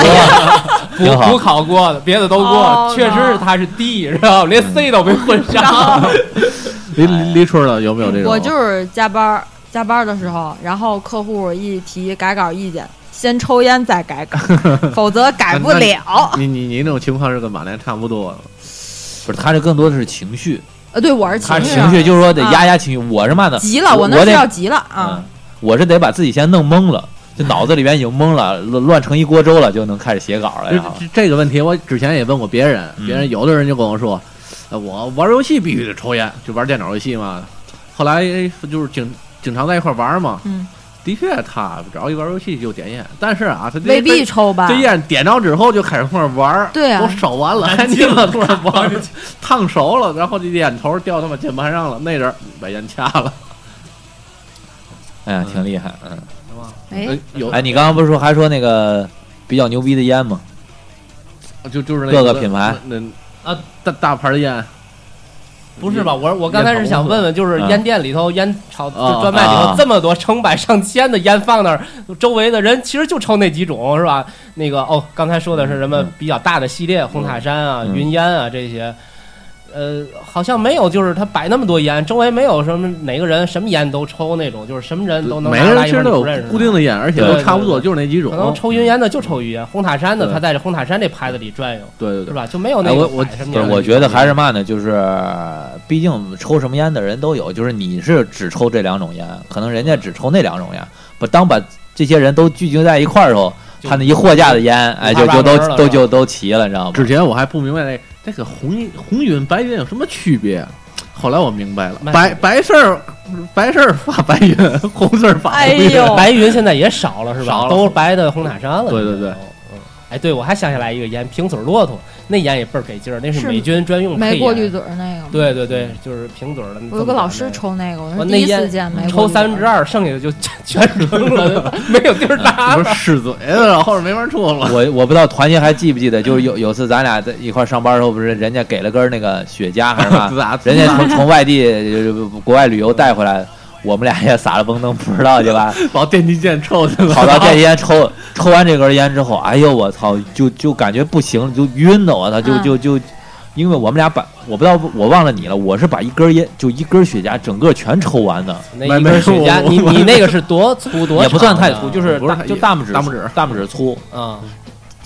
S4: 补
S1: 挺好
S4: 补考过的，别的都过
S3: 哦，
S4: 确实是他是 D，知道吗？连 C 都没混上，
S1: 哎
S2: 黎黎春了有没有这种？
S3: 我就是加班儿，加班儿的时候，然后客户一提改稿意见，先抽烟再改稿，否则改不了。
S2: 你你你那种情况是跟马连差不多了，
S1: 不是，他这更多的是情绪，
S3: 呃，对，我是
S1: 他
S3: 情绪
S1: 情
S3: 上
S1: 绪就是说得
S3: 啊
S1: 压压情绪。我是嘛呢？
S3: 急了，
S1: 我
S3: 那
S1: 我
S3: 是
S1: 得
S3: 要急了
S1: 嗯
S3: 啊！，
S1: 我是得把自己先弄懵了，就脑子里边已经懵了，乱乱成一锅粥了，就能开始写稿了。
S2: 这
S1: 然
S4: 嗯
S1: 后
S2: 这这个问题我之前也问过别人，
S1: 哎嗯
S2: 别人有的人就跟我说，呃我玩游戏必须得抽烟，就玩电脑游戏嘛。后来哎就是经经常在一块玩嘛，
S3: 嗯，
S2: 的确他只要一玩游戏就点烟，但是啊，他这
S3: 未必抽吧
S2: 这？烟点着之后就开始往上玩儿，
S3: 对啊
S2: 都烧完了，还你妈往上玩儿， 烫熟了，然后这烟头掉他妈键盘上了，那阵儿把烟掐了。
S1: 哎呀，挺厉害。嗯，
S3: 哎
S2: 呃，有
S1: 哎，你刚刚不是说还说那个比较牛逼的烟吗？
S2: 就就是那
S1: 各个品牌
S2: 那
S4: 啊
S2: 大大牌的烟，
S4: 不是吧？我我刚才是想问问，就是
S1: 嗯
S4: 烟店里头、烟炒就
S2: 啊
S4: 专卖里
S1: 啊
S4: 头这么多成百上千的烟放那儿，周围的人其实就抽那几种，是吧？那个哦，刚才说的是什么
S1: 嗯
S4: 比较大的系列，红塔山啊、
S1: 嗯
S4: 云烟啊这些，呃，好像没有，就是他摆那么多烟，周围没有什么哪个人什么烟都抽那种，就是什么人都能
S2: 每
S4: 拿
S2: 个
S4: 出
S2: 人
S4: 来
S2: 其
S4: 一根
S2: 实
S4: 儿
S2: 都
S4: 你不认
S2: 有
S4: 识
S2: 固定的烟，而且
S4: 对
S2: 都
S4: 对
S2: 差不多，
S4: 对
S2: 就是那几种。
S4: 可能抽云烟的就抽云烟，红塔山的
S2: 对
S4: 他在这红塔山这牌子里转悠，
S2: 对对
S4: 是
S2: 对，
S4: 吧？就没有那
S1: 哎
S4: 个
S1: 我我
S4: 摆什么
S1: 不是，
S4: 烟的
S1: 我觉得还是
S4: 嗯
S1: 嘛呢，就是毕竟抽什么烟的人都有，就是你是只抽这两种烟，可能人家只抽那两种烟。不，当把这些人都聚集在一块儿的时候，
S4: 就
S1: 他那一货架的烟，哎，就就都
S4: 五花八门
S1: 都
S4: 了是吧
S1: 就都齐了，你知道吗？
S2: 之前我还不明白那这个红红云白云有什么区别，啊后来我明白了，
S4: 卖
S2: 白白事儿白事儿发白云，红事儿发
S3: 哎
S2: 红云。
S3: 呦
S1: 哦
S4: 白云现在也少了，是吧？
S2: 少了
S4: 都白的红塔山了。
S2: 对对对
S4: 嗯。哎，对，我还想起来一个烟，平嘴骆驼那烟也倍儿给劲儿，那是
S3: 是
S4: 美军专用配
S3: 没过滤
S4: 烟。
S3: 嘴儿那个吗？
S4: 啊对对对，就是平嘴儿的。
S3: 我有个老师抽那个，我
S4: 我
S3: 是
S4: 那
S3: 第一次
S4: 烟
S3: 见没
S4: 抽三分之
S3: 二，
S4: 二，剩下的就 全扔了， 没有地儿搭
S2: 你
S4: 了
S2: 说。是嘴的，后面没法处了。，
S1: 我我不知道团爷还记不记得，就是有有次咱俩在一块儿上班的时候，不是人家给了根儿那个雪茄还是嘛
S4: 啊
S2: 咋
S1: 人家从从外地呃国外旅游带回来，我们俩也撒了蹦蹬，不知道去吧？
S2: 往电梯间抽去了，
S1: 跑到电烟抽抽完这根烟之后，哎呦我操，就就感觉不行，就晕的我操，就
S3: 嗯
S1: 就就，因为我们俩把我不知道我忘了你了，我是把一根烟就一根雪茄整个全抽完的，
S4: 那一根雪茄，
S2: 没没
S4: 你
S2: 我
S4: 你那个是多粗多
S1: 也不算
S4: 长啊
S1: 太
S4: 的
S1: 粗，就是嗯
S2: 不是
S1: 大
S2: 太
S1: 就大拇指
S2: 大拇指
S1: 大拇指粗，
S4: 啊，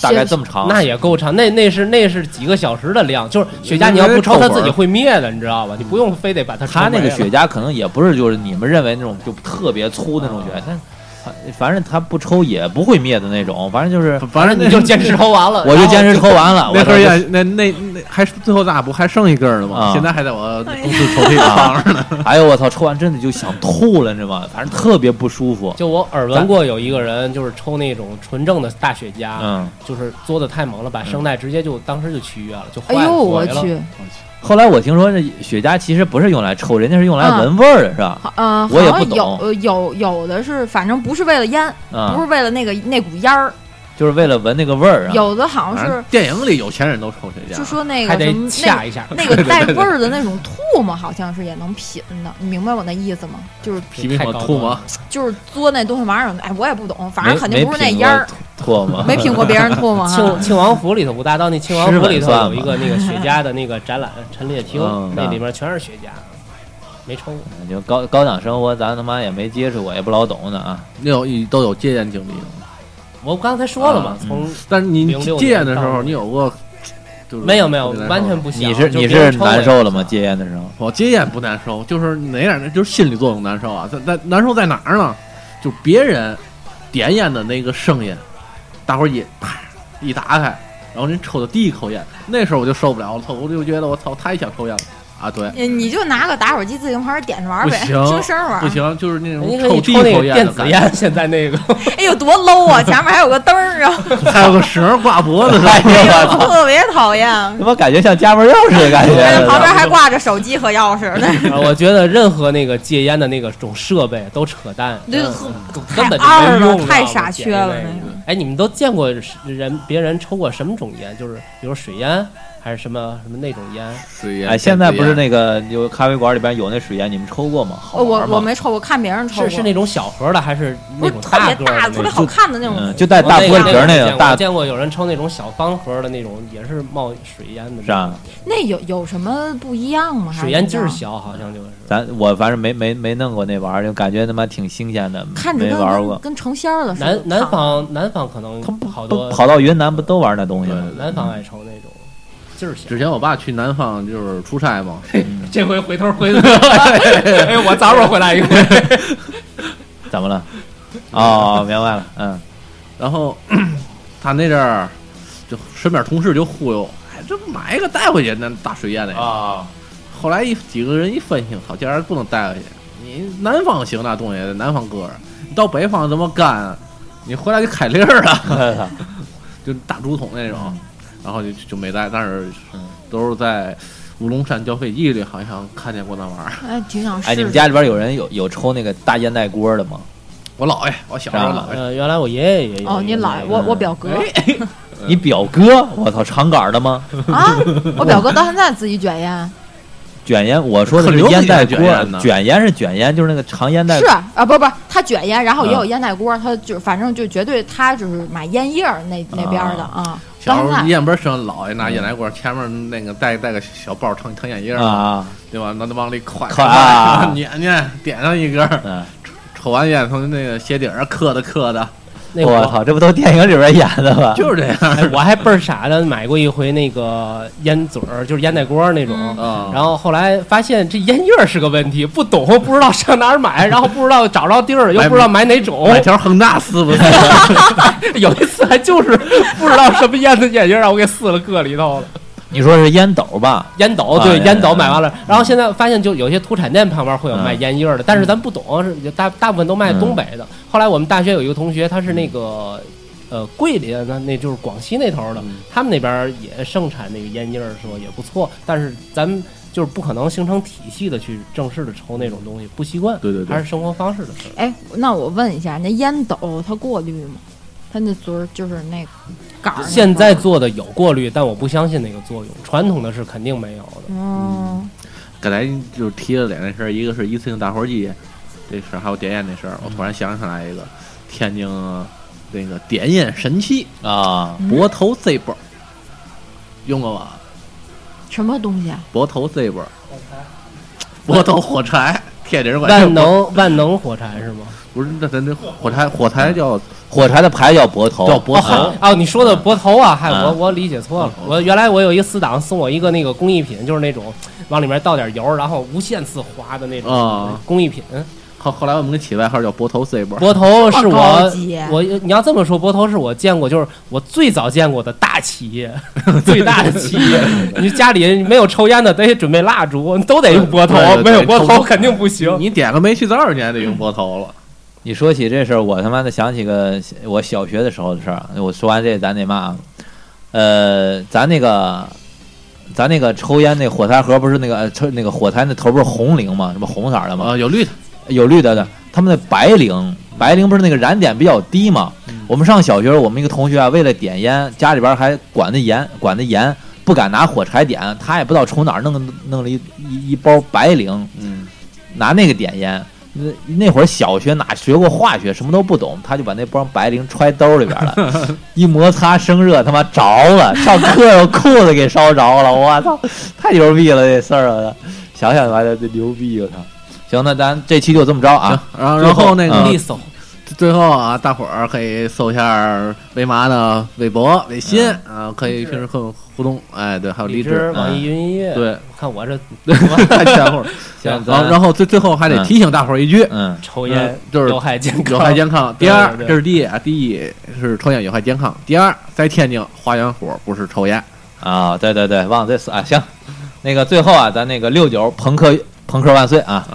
S1: 大概这么长。
S4: 那也够长。那那是那是几个小时的量，就是雪茄，你要不抽它自己会灭的，你知道吧？你不用非得把它抽
S1: 他那个
S4: 没了
S1: 雪茄可能也不是就是你们认为那种就特别粗那种雪茄，但是反正他不抽也不会灭的那种，反正就是
S2: 反正
S4: 你就坚持抽完了，
S1: 我就坚持抽完了，
S2: 那
S1: 我
S2: 根
S1: 就
S2: 烟，那那那还是最后咱俩不还剩一根儿呢吗？
S1: 啊
S2: 现在还在我
S3: 哎
S2: 公司抽屉里放着呢。
S1: 哎呦我操，抽完真的就想吐了，你知道吗？反正特别不舒服。
S4: 就我耳闻过有一个人，就是抽那种纯正的大雪茄，
S1: 嗯，
S4: 就是嘬的太猛了，把声带直接就当时就取约了，就
S3: 哎
S4: 坏了。
S3: 呦
S4: 毁
S3: 我
S4: 了！
S3: 去，
S1: 后来我听说这雪茄其实不是用来抽，人家是用
S3: 啊
S1: 来闻味儿的，是吧？
S3: 好呃，
S1: 我也
S3: 好
S1: 不
S3: 像
S1: 懂
S3: 有呃有有的是，反正不是为了烟，不
S1: 啊
S3: 是，为了那个那股烟儿，
S1: 就是为了闻那个味儿啊。
S3: 有的好像
S2: 反正
S3: 是
S2: 电影里有钱人都抽雪茄，
S3: 就说那
S4: 还
S3: 个
S4: 得
S3: 什么哎那
S4: 掐
S3: 个
S4: 一 下，
S3: 那个带味儿的那种吐沫，好像是也能品的，你明白我那意思吗？就是
S2: 皮皮口吐沫，
S3: 就是嘬那东西玩意儿，哎，我也不懂，反正
S1: 没
S3: 肯定不是那
S1: 没品
S3: 烟儿，
S1: 过唾 沫，啊
S3: 没品过别人吐沫啊哈
S4: 庆。庆王府里头，武大道那庆王府里头
S1: 吃完
S4: 有一个那个雪茄的那个展览陈列厅
S1: 嗯，
S4: 那里面全是雪茄，没抽过。
S1: 就高高档生活，咱他妈也没接触过，也不老懂呢啊。
S2: 有一都有戒烟经历。
S4: 我刚才说了嘛
S1: 啊，嗯
S4: 从
S2: 但是你
S4: 06
S2: 戒烟的时
S4: 年
S2: 候，
S4: 到
S2: 你有过就是
S4: 没有没有
S2: 特别难受
S4: 完全不想。
S1: 嗯你是
S4: 就
S1: 你
S4: 别
S1: 是
S4: 人抽我也
S1: 难受了吗？戒烟的时候，
S2: 我戒烟不难受，就是哪点儿就是心理作用难受啊？在在难受在哪儿呢？就别人点烟的那个声音，大伙儿一啪一打开，然后人抽的第一口烟，那时候我就受不了了，我就觉得我操太想抽烟了啊！对，
S3: 你你就拿个打火机自行旁边点着玩儿呗，
S2: 不行
S3: 听声儿玩儿。
S2: 不行，就是那
S4: 人
S2: 种
S4: 家可以
S2: 第
S4: 抽
S2: 一
S4: 那
S2: 口
S4: 个
S2: 烟
S4: 电
S2: 的
S4: 子
S2: 感觉，
S4: 烟，现在那个
S3: 哎呦，多 low 啊！前面还有个灯儿啊，
S2: 还有个绳儿挂脖子上。
S1: 哎呦我操，
S3: 特别讨厌。
S1: 他妈感觉像家门钥匙的感觉。
S3: 而且旁边还挂着手机和钥匙， 那
S4: 啊我觉得任何那个戒烟的那个种设备都扯淡，
S3: 就
S4: 嗯
S3: 很
S4: 根本就
S3: 太
S4: 没
S3: 二了
S4: 用，
S3: 太
S4: 知道
S3: 傻
S4: 吗
S3: 缺了
S4: 姐妹
S3: 那个
S4: 哎，你们都见过人别人抽过什么种烟？就是比如水烟还是什么什么那种烟？
S1: 哎，现
S4: 啊
S1: 在不是那个有咖啡馆里边有那水烟，你们抽过吗？好
S3: 我
S1: 玩
S3: 哦我
S1: 吗？
S3: 没抽过，看别人抽过，
S4: 是是那种小盒的还是
S3: 不
S4: 那
S3: 是
S4: 种
S3: 特别
S4: 个儿
S3: 大、
S4: 的
S3: 特别
S4: 那种？
S3: 好看的那种
S1: 嗯，，就带大玻璃瓶儿
S4: 那
S1: 那
S4: 个
S1: 种大
S4: 我，见过有人抽那种小方盒的那种，也是冒水烟的那种，
S1: 是啊吧
S3: 那有有什么不一样吗？还
S4: 水烟
S3: 是
S4: 劲
S3: 怎么
S4: 儿
S3: 样，
S4: 小，好像就是。
S1: 咱我反正没没没弄过那玩意儿，就感觉他妈挺新鲜的，
S3: 看着
S1: 没
S3: 跟
S1: 玩
S3: 跟
S1: 过。
S3: 跟成仙儿了似的。
S4: 南南
S3: 躺着
S4: 方南方可能
S1: 他不
S4: 嗯好
S1: 不
S4: 多，
S1: 跑到云南不都玩那东西吗？
S4: 南方爱抽那种劲儿小。
S2: 之前我爸去南方就是出差嘛，
S4: 这回回头回头， 哎，我早会儿回来一回。
S1: 怎么了？哦，明白了， 嗯，
S2: 然后 他那阵儿就身边同事就忽悠，哎，这买一个带回去，那大水烟那个。
S1: 啊，
S2: 后来一几个人一分析，好像不能带回去。你南方行那东西，在南方搁着，你到北方怎么干？你回来就开粒儿了，就大竹筒那种。然后就就没带，但是
S1: 嗯
S2: 都是在五龙山剿匪记里好像看见过那玩意儿。
S3: 哎，挺想试试。
S1: 哎，你们家里边有人有有抽那个大烟袋锅的吗？
S2: 我姥爷，我小时候
S1: 是吧啊嗯
S2: 姥爷，
S4: 呃，原来我爷爷也有
S3: 哦，
S4: 一
S3: 你
S4: 个
S3: 姥
S4: 那
S3: 爷，
S4: 个
S3: 我我表哥
S4: 嗯
S1: 你表哥，我操，长杆儿的吗？
S3: 啊，我表哥到现在自己卷烟，
S1: 卷烟，我说的
S2: 很
S1: 是
S2: 流行
S1: 烟袋
S2: 卷
S1: 锅
S2: 烟，呢
S1: 卷烟是卷烟， 就是那个长烟袋
S3: 是啊，不不，他卷烟，然后也有
S1: 嗯
S3: 烟袋锅，他就反正就绝对他就是买烟叶儿
S1: 嗯
S3: 那那边儿的啊。
S2: 小
S3: 到
S2: 时
S3: 现
S2: 候
S3: 在
S2: 燕不是生老爷拿烟来锅，前面那个带带个小包盛盛烟叶儿
S1: 啊，啊，
S2: 对吧？那那往里蒯
S1: 蒯啊
S2: 蒯碾碾，点上一根儿，
S1: 嗯，
S2: 抽完烟从那个鞋底儿磕的磕的，
S4: 那会
S1: 我
S4: 儿
S1: 操，这不都电影里边演的吗？
S2: 就是这
S4: 哎
S2: 样。
S4: 我还倍儿傻的买过一回那个烟嘴儿，就是烟袋锅儿那种。
S3: 嗯
S2: 啊，
S4: 然后后来发现这烟叶儿是个问题，不懂，不知道上哪儿买，然后不知道找着地儿，又
S2: 买
S4: 不知道买哪种。
S2: 买条恒大撕吧，
S4: 有一次还就是不知道什么烟的烟叶儿，让我给撕了个里头了。
S1: 你说是烟斗吧？
S4: 烟斗
S2: 哦
S1: 啊
S4: 对
S1: 烟
S4: 烟斗
S1: 斗
S4: 买
S2: 嗯
S4: 完了，然后现在发现就有些土产店旁边会有卖烟叶儿的，
S2: 嗯
S4: 但是咱不懂，是有大大部分都卖东北的。后来我们大学有一个同学，他是那个呃桂林，那那就是广西那头的，
S2: 嗯
S4: 他们那边也盛产那个烟叶儿，说也不错，但是咱们就是不可能形成体系的去正式的抽那种东西，不习惯，
S2: 对对对
S4: 还是生活方式的事儿。
S3: 哎，那我问一下，那烟斗它过滤吗？它那嘴儿就是那杆儿那块儿。
S4: 现在做的有过滤，但我不相信那个作用，传统的是肯定没有的。
S3: 嗯，
S2: 刚才就是提了两件事儿，一个是一次性打火机这事儿，还有点烟这事儿。我突然想起来一个，天津那个点烟神器
S1: 啊，
S2: 脖头 Z 包，用过吗？
S3: 什么东西啊？
S2: 脖头 Z 包，脖头火柴，贴点儿管
S4: 万能万能火柴是吗？
S2: 不是那咱那火柴火柴叫
S1: 火柴的牌叫脖头，
S2: 叫脖头
S4: 哦，哦，你说的脖头啊，嗨，
S1: 嗯
S4: 我我理解错了
S2: 嗯。
S4: 我原来我有一个死党送我一个那个工艺品，就是那种往里面倒点油，然后无限次滑的那种
S2: 啊
S4: 工艺品。
S2: 后后来我们给起外号叫脖头 Z 包，
S4: 脖头是
S3: 这么高
S4: 我
S3: 级啊
S4: 我你要这么说，脖头是我见过就是我最早见过的大企业， 最大的企业。你家里没有抽烟的，得准备蜡烛，都得用脖头
S2: 对对，对
S4: 没有脖
S2: 抽嗯
S4: 头肯定不行。
S2: 你点个煤气灶，你还得用脖头了。
S1: 你说起这事儿，我他妈的想起个我小学的时候的事儿。我说完这，咱得嘛，呃，咱那个，咱那个抽烟那火柴盒不是那个呃抽那个火柴那头不是红绫吗？什么红色儿的吗？
S2: 啊，有绿的，
S1: 有绿的的，他们的白绫，白绫不是那个燃点比较低嘛？我们上小学，我们一个同学啊，为了点烟，家里边还管得严，管得严，不敢拿火柴点，他也不知道从哪儿弄弄了一一一包白绫，
S2: 嗯，
S1: 拿那个点烟。那那会儿小学哪学过化学，什么都不懂，他就把那帮白绫揣兜里边了，一摩擦生热，他妈着了，上课裤子给烧着了，我操，太牛逼了这事儿了，想想完了就牛逼我操。行，那咱这期就这么着啊
S2: 行，。然后然后那
S1: 嗯
S2: 个
S4: 利索，
S2: 最后啊，大伙儿可以搜一下为嘛的微博、微信啊，可以平时和我互动。哎，对，还有
S4: 嗯荔
S2: 荔
S4: 枝、
S2: 枝，啊
S4: 网易云音乐，
S2: 嗯对，
S4: 看我这
S2: 太前乎了。
S1: 行，
S2: 然后
S1: 咱
S2: 然后最最后还得提醒大伙儿一句，
S1: 嗯，
S4: 抽烟
S2: 嗯就是
S4: 有害健康，
S2: 有害健康。第
S4: 对
S2: 二，
S4: 对
S2: 这是第一啊，第一是抽烟有害健康。第二，在天津花园火不是抽烟。
S1: 啊，对对对，忘了这次啊，行，那个最后啊，咱那个六九朋克朋克万岁啊，